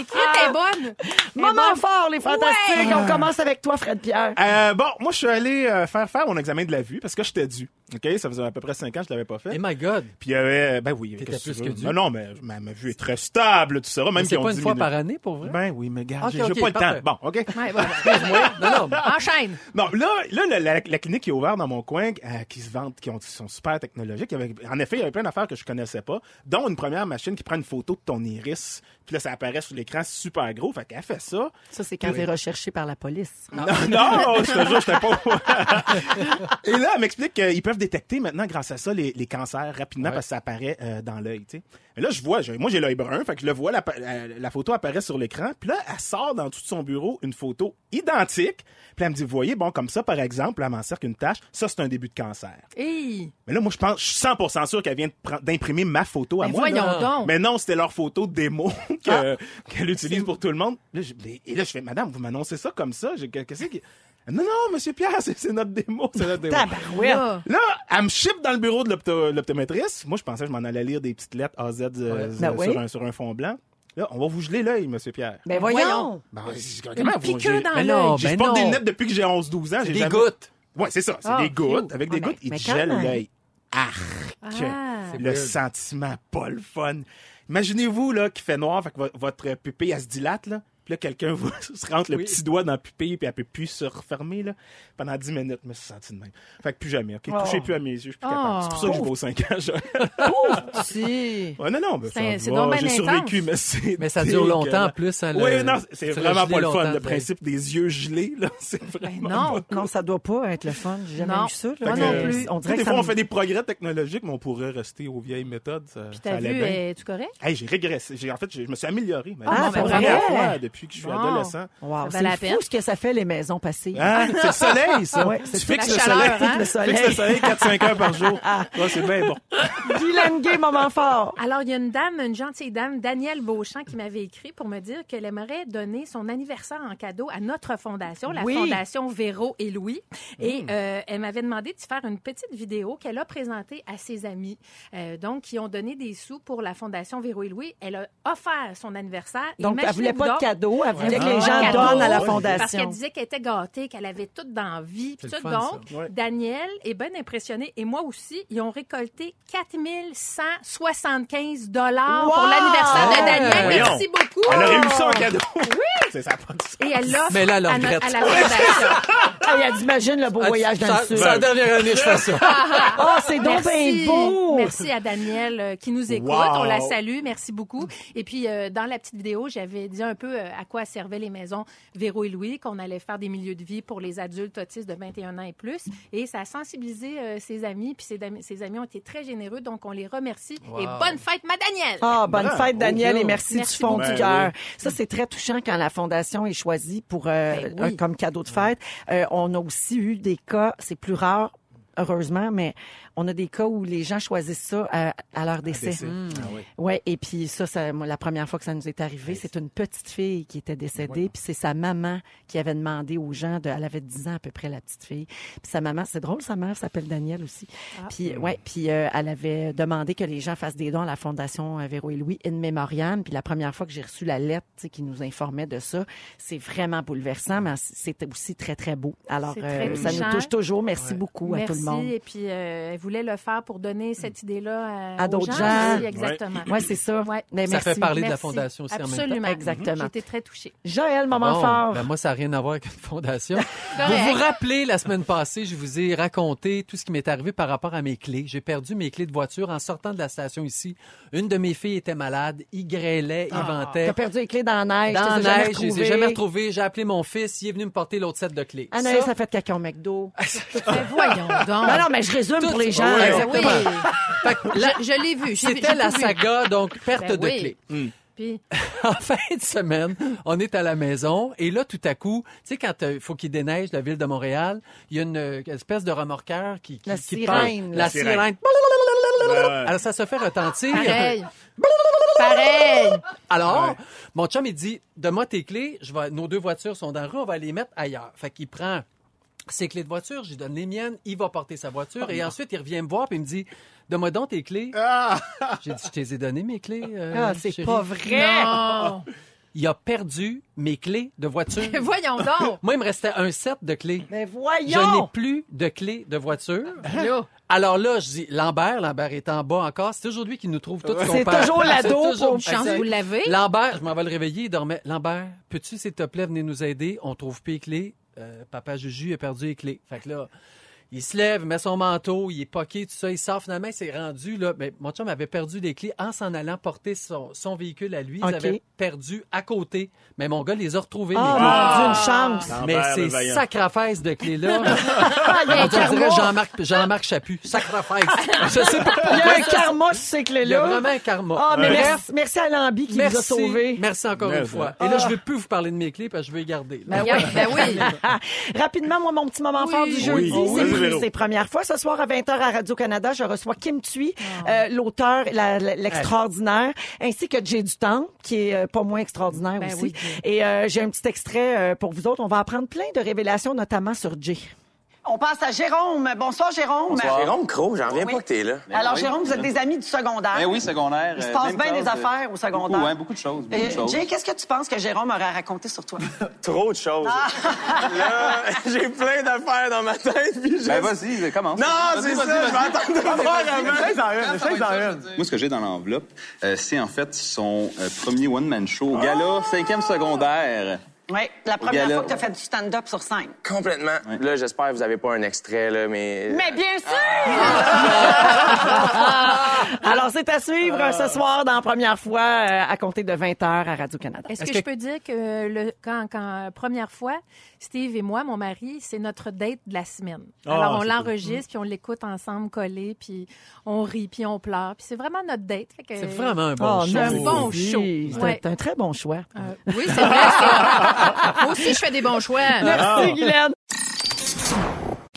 S5: Écrite, elle est bonne.
S1: Moment fort, les fantastiques. On commence avec toi, Fred Pierre.
S2: Euh, bon, moi, je suis allé euh, faire faire mon examen de la vue parce que j'étais dû. OK? Ça faisait à peu près 5 ans que je l'avais pas fait.
S3: Et Oh my God.
S2: Puis il y avait. Ben oui.
S3: T'étais
S2: qu'est-ce
S3: plus
S2: tu veux?
S3: que dû.
S2: Non, non, mais ma, ma vue est très stable, tu sauras. Même
S3: Mais C'est
S2: qu'ils ont
S3: pas une fois
S2: diminué.
S3: par année pour vrai?
S2: Ben oui, mais garde,
S3: Ok,
S2: j'ai j'ai
S3: ok,
S2: pas
S3: parfait.
S2: le temps. Bon, OK.
S5: Ouais, ouais, ouais.
S3: Non, non.
S5: Enchaîne.
S2: Non, là, là la, la- la clinique qui est ouverte dans mon coin, euh, qui se vante, qui ont- qui sont super technologiques, il y avait- en effet, il y avait plein d'affaires que je connaissais pas, dont une première machine qui prend une photo de ton iris, puis là, ça apparaît sur l'écran super gros. Fait qu'elle fait ça.
S1: Ça, c'est quand t'es recherché par la police.
S2: Non, je te jure, j'étais pas. au- Et là, elle m'explique qu'ils peuvent détecter maintenant, grâce à ça, les, les cancers rapidement parce que ça apparaît euh, dans l'œil. tu sais. Mais là, je vois, j'ai- moi j'ai l'œil brun, fait que je le vois, la, pa- la- la photo apparaît sur l'écran. Puis là, elle sort dans tout son bureau une photo identique. Puis elle me dit, vous voyez, bon, comme ça, par exemple, elle m'encercle une tâche. Ça, c'est un début de cancer.
S5: Hey.
S2: Mais là, moi, je pense, je suis 100% sûr qu'elle vient de pre- d'imprimer ma photo à
S5: Mais
S2: moi. là.
S5: voyons donc. Ah!
S2: Mais non, c'était leur photo démo que- qu'elle utilise pour tout le monde. Là, je- mais- et là, je fais, Madame, vous m'annoncez ça comme ça? Je- Qu'est-ce qui... Non, non, Monsieur Pierre, c'est c'est notre démo, c'est notre démo.
S1: Tabarouette.
S5: Là.
S2: Là, elle me ship dans le bureau de l'opto- l'optométriste. Moi, je pensais que je m'en allais lire des petites lettres AZ euh,
S3: Ouais.
S2: sur,
S1: Ben oui.
S2: un, sur un fond blanc. Là, on va vous geler l'œil, Monsieur Pierre.
S1: Ben
S5: voyons.
S1: voyons.
S2: Ben, je- comment
S5: Une
S2: vous-
S5: piqûre
S2: j'ai-
S5: dans
S3: Mais non,
S5: l'œil.
S2: j'ai-
S3: ben
S2: Je porte des
S3: non.
S2: lunettes depuis que j'ai 11-12 ans. j'ai
S3: Des
S2: jamais-
S3: gouttes.
S2: Ouais, c'est ça. C'est
S5: Ah,
S2: des gouttes.
S5: phew.
S2: Avec des
S1: Ah,
S2: gouttes,
S1: mais-
S2: ils
S1: mais
S2: te
S1: quand
S2: gèlent
S1: même.
S2: l'œil. Arc.
S5: Ah.
S2: Le
S3: weird.
S2: sentiment pas le fun. Imaginez-vous là qu'il fait noir, fait que vo- votre pupille elle se dilate là. Puis là, quelqu'un vous- se rentre le
S3: Oui.
S2: petit doigt dans la pupille, puis elle peut plus se refermer là. Pendant 10 minutes, je me suis senti de même. Fait que plus jamais, OK? Touchez
S5: Oh.
S2: plus à mes yeux, je suis plus capable. C'est pour ça que je vais aux 5 ans. je-
S1: Si.
S2: Ouais, non, non, mais
S5: C'est-
S2: ça
S5: c'est
S2: va,
S5: donc bien
S2: J'ai
S5: intense.
S2: survécu, mais c'est.
S3: Mais ça dure longtemps en plus. Hein, le-
S2: Oui, non, c'est
S3: se
S2: vraiment
S3: geler
S2: pas le fun.
S3: longtemps,
S2: Le
S3: ça.
S2: principe des yeux gelés, là, c'est
S5: Ben
S2: vraiment. pas-
S5: non.
S1: Non, ça doit pas être le fun. J'ai jamais
S5: Non.
S1: eu ça. là.
S5: Moi
S2: Fait
S5: non
S2: que,
S5: plus.
S1: On
S2: tu sais,
S1: dirait
S2: des
S1: que ça
S2: fois, on
S1: me-
S2: fait des progrès technologiques, mais on pourrait rester aux vieilles méthodes. Ça,
S5: Puis
S2: ça
S5: t'as
S2: allait
S5: vu,
S2: bien.
S5: es-tu correct?
S2: Hey, j'ai régressé. J'ai- en fait, je, je me suis amélioré. mais
S1: Ah,
S2: c'est la
S1: pour
S2: première
S1: vrai?
S2: fois depuis que je suis
S5: Bon.
S2: adolescent.
S1: Wow,
S5: Ça valait la
S1: c'est
S5: peine.
S1: fou ce que ça fait les maisons passées.
S2: Hein? C'est le soleil, ça.
S1: Ouais,
S2: tu
S1: c'est
S2: fixes
S5: la
S2: le
S5: chaleur,
S2: soleil.
S5: hein?
S1: Le
S2: Tu
S1: soleil.
S2: fixes le soleil 4-5 heures par jour. Ouais, c'est bien bon.
S1: Guylaine Gay, moment fort.
S5: Alors, il y a une dame, une gentille dame, Danielle Beauchamp, qui m'avait écrit pour me dire qu'elle aimerait donner son anniversaire en cadeau à notre fondation, la
S1: Oui. Mm.
S5: fondation Véro et Louis. Et euh, elle m'avait demandé de faire une petite vidéo qu'elle a présentée à ses amis, euh, donc qui ont donné des sous pour la fondation Véro et Louis. Elle a offert son anniversaire.
S1: Donc, elle voulait
S5: Imaginez-vous
S1: pas de
S5: donc-
S1: cadeau, cadeaux. Elle voulait
S5: Elle
S1: que
S5: voulait
S1: les
S5: pas de
S1: gens
S5: cadeaux,
S1: donnent à la
S5: Ah, Parce qu'elle
S1: fondation.
S5: disait qu'elle était gâtée, qu'elle avait tout dans la vie. puis
S3: C'est
S5: tout.
S3: le fun,
S5: Donc,
S2: ça. Ouais.
S5: Daniel est bien impressionné et moi aussi. Ils ont récolté 4175 dollars pour
S1: Wow!
S5: l'anniversaire de
S3: Ouais.
S5: Daniel.
S2: Voyons.
S5: Merci beaucoup.
S2: Elle aurait eu ça en cadeau. Oui. C'est ça, pas de ça.
S5: Et elle l'offre
S3: Mais là,
S5: à,
S3: elle
S5: no- à la
S3: regrette.
S5: fondation.
S1: Ah, elle dit, imagine le beau voyage dans
S3: Ça-
S1: le sud.
S2: Ben.
S3: C'est la dernière année, je fais ça.
S1: Ah, c'est donc bien beau.
S5: Merci à Daniel euh, qui nous écoute.
S2: Wow.
S5: On la salue. Merci beaucoup. Et puis, euh, dans la petite vidéo, j'avais dit un peu euh, à quoi servaient les maisons Véro et Louis, qu'on allait faire des milieux de vie pour les adultes autistes de 21 ans et plus. Et ça a sensibilisé euh, ses amis. Puis ses, ami- ses amis ont été très généreux. Donc, on les remercie.
S3: Wow.
S5: Et bonne fête, ma Daniel!
S1: Ah, bonne
S2: Bravo.
S1: fête, Daniel, et merci,
S5: Merci
S1: du fond
S2: beaucoup.
S1: du
S2: Ben
S1: cœur. Ça, c'est très touchant quand la fondation est choisie pour euh,
S5: Ben oui.
S1: un- comme cadeau de fête. Euh, on a aussi eu des cas, c'est plus rare, heureusement, mais on a des cas où les gens choisissent ça euh, à leur décès.
S2: Décès. Ah oui.
S1: Ouais, et puis ça, ça moi, la première fois que ça nous est arrivé, c'est une petite fille qui était décédée, puis c'est sa maman qui avait demandé aux gens, de, elle avait 10 ans à peu près la petite fille, puis sa maman, c'est drôle, sa mère s'appelle Danielle aussi,
S3: Ah.
S1: puis ouais, puis euh, elle avait demandé que les gens fassent des dons à la fondation euh, Véro et Louis in memoriam, puis la première fois que j'ai reçu la lettre tu sais, qui nous informait de ça, c'est vraiment bouleversant, mais c'est aussi très très beau. Alors
S5: C'est très
S1: euh, ça
S5: touchant.
S1: nous touche toujours. Merci beaucoup
S5: Merci.
S1: à tout le monde.
S5: Et puis, euh, elle voulait le faire pour donner cette idée-là à,
S1: À
S5: aux
S1: d'autres gens.
S5: aussi, exactement.
S1: Ouais, c'est ça.
S5: Ouais.
S1: Mais
S3: Ça
S1: merci.
S3: fait parler de la
S5: Merci.
S3: fondation aussi en même temps.
S5: Absolument.
S1: Exactement.
S5: J'étais très touchée.
S1: Joël, moment
S3: Bon,
S1: fort.
S3: ben moi, ça n'a rien à voir avec une fondation. vous
S5: Correct.
S3: vous rappelez, la semaine passée, je vous ai raconté tout ce qui m'est arrivé par rapport à mes clés. J'ai perdu mes clés de voiture en sortant de la station ici. Une de mes filles était malade, il grêlait, il ventait.
S1: T'as perdu les clés dans la neige.
S3: Dans
S1: t'as
S3: la
S1: jamais
S3: neige, je les ai
S1: retrouvées. Ah,
S3: jamais retrouvées. J'ai appelé mon fils, il est venu me porter l'autre set de clés.
S1: Anaïs
S3: Ça, Ah,
S1: a fait caca au McDo.
S5: Mais Ben, voyons donc.
S1: non, non, mais je résume
S3: Tout-
S1: pour les gens.
S3: Ah oui,
S5: Ben
S1: Exactement.
S5: oui.
S3: exactement. Fait que la-
S5: Je, je l'ai vu. J'ai- j'ai
S3: C'était la
S5: tout vu.
S3: saga, donc perte
S5: Ben
S3: de
S5: oui.
S3: clés.
S5: Puis,
S3: en fin de semaine, on est à la maison et là, tout à coup, tu sais, quand il faut qu'il déneige la ville de Montréal, il y a une euh, espèce de remorqueur qui, qui,
S1: La
S3: qui
S1: sirène.
S3: La,
S2: La
S3: sirène.
S2: sirène. Euh. Ouais, ouais.
S3: Alors, ça se fait retentir.
S5: pareil. pareil.
S3: Alors, mon chum, il dit, donne-moi tes clés, je vais, nos deux voitures sont dans la rue, on va les mettre ailleurs. Fait qu'il prend ses clés de voiture, je lui donne les miennes, il va porter sa voiture et ensuite, il revient me voir puis il me dit, donne-moi donc tes clés. J'ai dit, je te les ai donné mes clés. euh,
S1: Ah, c'est
S3: chérie.
S1: pas vrai.
S5: Non.
S3: Il a perdu mes clés de voiture.
S5: Mais voyons donc.
S3: Moi, il me restait un set de clés.
S1: Mais
S3: Je n'ai
S1: voyons.
S3: plus de clés de voiture.
S5: Là.
S3: Alors là, je dis, Lambert, Lambert est en bas encore. C'est toujours lui qui nous trouve tout son
S1: C'est toujours l'ado pour une
S3: Ah,
S5: chance, vous l'avez.
S3: Lambert, je m'en vais le réveiller, il dormait. Lambert, peux-tu, s'il te plaît, venir nous aider? On trouve plus les clés. Euh, papa Juju a perdu les clés. Fait que là, il se lève, met son manteau, il est poqué, tout ça, il sort. Finalement, il s'est rendu, là. Mais mon chum avait perdu les clés en s'en allant porter son, son véhicule à lui.
S1: Ok.
S3: Ils avaient perdu à côté. Mais mon gars les a retrouvés.
S1: Oh
S3: mes
S1: mon
S3: clés.
S1: Dieu, une chance.
S3: Mais
S2: Lambert
S3: ces
S2: Levaillant.
S3: sacrafesses de clés-là.
S1: Ah, il y a
S3: On
S5: ben,
S1: un
S3: dirait
S1: karma.
S3: Jean-Marc Jean Chaput. Sacrafesse. Je sais pas
S1: Il y
S3: pourquoi.
S1: a un karma sur ces
S3: Il y a
S1: clés-là.
S3: vraiment un karma.
S1: Ah, mais
S3: Bref,
S1: merci, merci à Lambi qui nous a sauvés. Ah.
S3: Merci encore
S2: Mais
S3: une fois. Et là, je ne vais plus vous parler de mes clés parce que je vais les garder. là.
S5: Regarde, Ben oui.
S1: Ah, Rapidement, moi, mon petit moment
S5: Oui.
S1: fort du jeudi,
S2: Oui.
S1: c'est
S2: Vas-y,
S1: pris
S2: Véro.
S1: ses premières fois. Ce soir, à 20h à Radio-Canada, je reçois Kim Thuy,
S5: Ah.
S1: euh, l'auteur, la- la- l'extraordinaire, ainsi que Jay du temps, qui est euh, pas moins extraordinaire
S5: Ben
S1: aussi.
S5: oui,
S1: Et euh, j'ai un petit extrait euh, pour vous autres. On va apprendre plein de révélations, notamment sur Jay. On passe à Jérôme. Bonsoir, Jérôme.
S6: Jérôme Croc, j'en reviens pas que t'es là. Ben
S1: Alors, Jérôme, vous êtes des amis du secondaire.
S7: Ben oui, secondaire.
S1: Il se
S7: euh,
S1: passe
S7: même
S1: bien des
S7: classe, euh,
S1: affaires au secondaire.
S7: Beaucoup, hein, beaucoup de choses. Beaucoup
S1: Euh,
S7: de choses.
S1: Jay, qu'est-ce que tu penses que Jérôme aurait raconté sur toi?
S6: Trop de choses. Là, j'ai plein d'affaires dans ma tête, puis je...
S7: Ben vas-y, commence.
S6: Non,
S7: Vas-y,
S6: c'est
S7: vas-y,
S6: ça,
S7: vas-y.
S6: je vais attendre de voir avant.
S7: Moi, ce que j'ai dans l'enveloppe, euh, c'est en fait son euh, premier one-man show. au Gala, cinquième secondaire.
S8: Oui, la première
S7: gala.
S8: fois que tu as fait du stand-up sur scène.
S6: Complètement. Là, j'espère que vous avez pas un extrait, là, mais... euh,
S8: Mais bien sûr!
S1: Alors, c'est à suivre euh,
S3: Ah.
S1: ce soir dans Première fois euh, à compter de 20h à Radio-Canada.
S5: Est-ce
S3: Est-ce
S5: que,
S3: que-
S5: je peux dire que le, quand, quand première fois, Steve et moi, mon mari, c'est notre date de la semaine.
S2: Ah,
S5: Alors on
S2: c'est
S5: l'enregistre puis on l'écoute ensemble collé puis on rit puis on pleure puis c'est vraiment notre date. Fait que-
S3: C'est vraiment un bon
S1: Oh,
S3: show. Ah.
S1: non,
S5: un bon
S1: oui.
S5: show.
S1: C'est un-
S5: Ouais.
S1: c'est un, très bon choix.
S5: Euh, oui, c'est vrai. ça. Moi aussi, je fais des bons choix.
S1: Merci, Guylaine.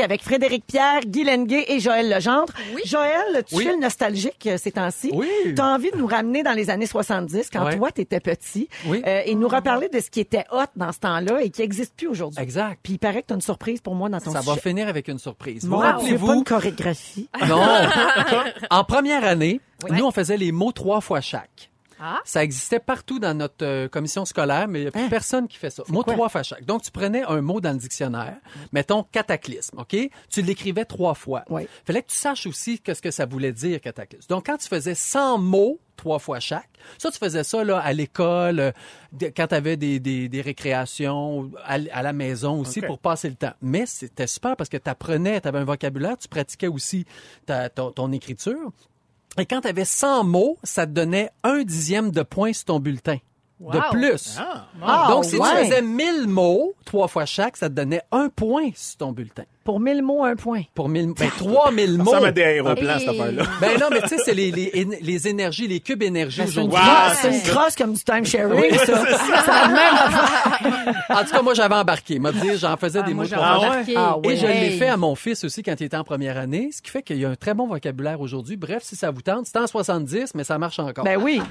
S1: Avec Frédéric Pierre, Guy Lenguet et Joël Legendre.
S5: Oui.
S1: Joël, tu
S3: Oui.
S1: fais le nostalgique euh, ces temps-ci.
S3: Oui.
S1: Tu as envie de nous ramener dans les années 70, quand
S3: Ouais.
S1: toi, tu étais petit,
S3: Oui.
S1: euh, et nous reparler de ce qui était hot dans ce temps-là et qui n'existe plus aujourd'hui.
S3: Exact.
S1: Puis il paraît que tu as une surprise pour moi dans ton
S3: Ça va
S1: sujet.
S3: finir avec une surprise. Vous
S1: Mon Dieu,
S3: rappelez-vous...
S1: pas une chorégraphie.
S3: Non. en première année, nous, on faisait les mots trois fois chaque.
S5: Ah.
S3: Ça existait partout dans notre euh, commission scolaire, mais il n'y a plus personne qui fait ça. Mot trois fois chaque. Donc, tu prenais un mot dans le dictionnaire,
S1: Mm.
S3: mettons cataclysme, OK? Tu l'écrivais trois fois.
S1: Oui.
S3: Fallait que tu saches aussi qu'est-ce que ça voulait dire, cataclysme. Donc, quand tu faisais 100 mots, trois fois chaque, ça, tu faisais ça là, à l'école, euh, de- quand tu avais des, des, des récréations, à, l- à la maison aussi,
S2: OK.
S3: pour passer le temps. Mais c'était super parce que tu apprenais, tu avais un vocabulaire, tu pratiquais aussi ta- ton- ton écriture. Et quand tu avais 100 mots, ça te donnait un dixième de point sur ton bulletin. De
S5: Wow.
S3: plus.
S2: Ah.
S1: Ah,
S3: Donc, si tu
S1: ouais.
S3: faisais 1000 mots, trois fois chaque, ça te donnait un point sur ton bulletin.
S1: Pour 1000 mots, un point.
S3: Pour 1000, ben, 3000 mots.
S2: Ça m'a des aéroplans,
S5: Et-
S2: cette affaire-là.
S3: Ben non, mais tu sais, c'est les, les, éne- les énergies, les cubes énergie
S1: Ben, C'est une,
S3: aujourd'hui.
S1: crosse,
S2: Ouais.
S1: c'est une crosse comme du time sharing, ça.
S3: En tout cas, moi, j'avais embarqué. M'a dit, j'en faisais des
S5: moi,
S3: mots.
S5: j'ai
S3: trois fois chaque.
S5: remarqué.
S1: Ah ouais.
S3: Et je
S5: Hey.
S3: l'ai fait à mon fils aussi quand il était en première année, ce qui fait qu'il y a un très bon vocabulaire aujourd'hui. Bref, si ça vous tente, c'est en 70, mais ça marche encore.
S1: Ben oui.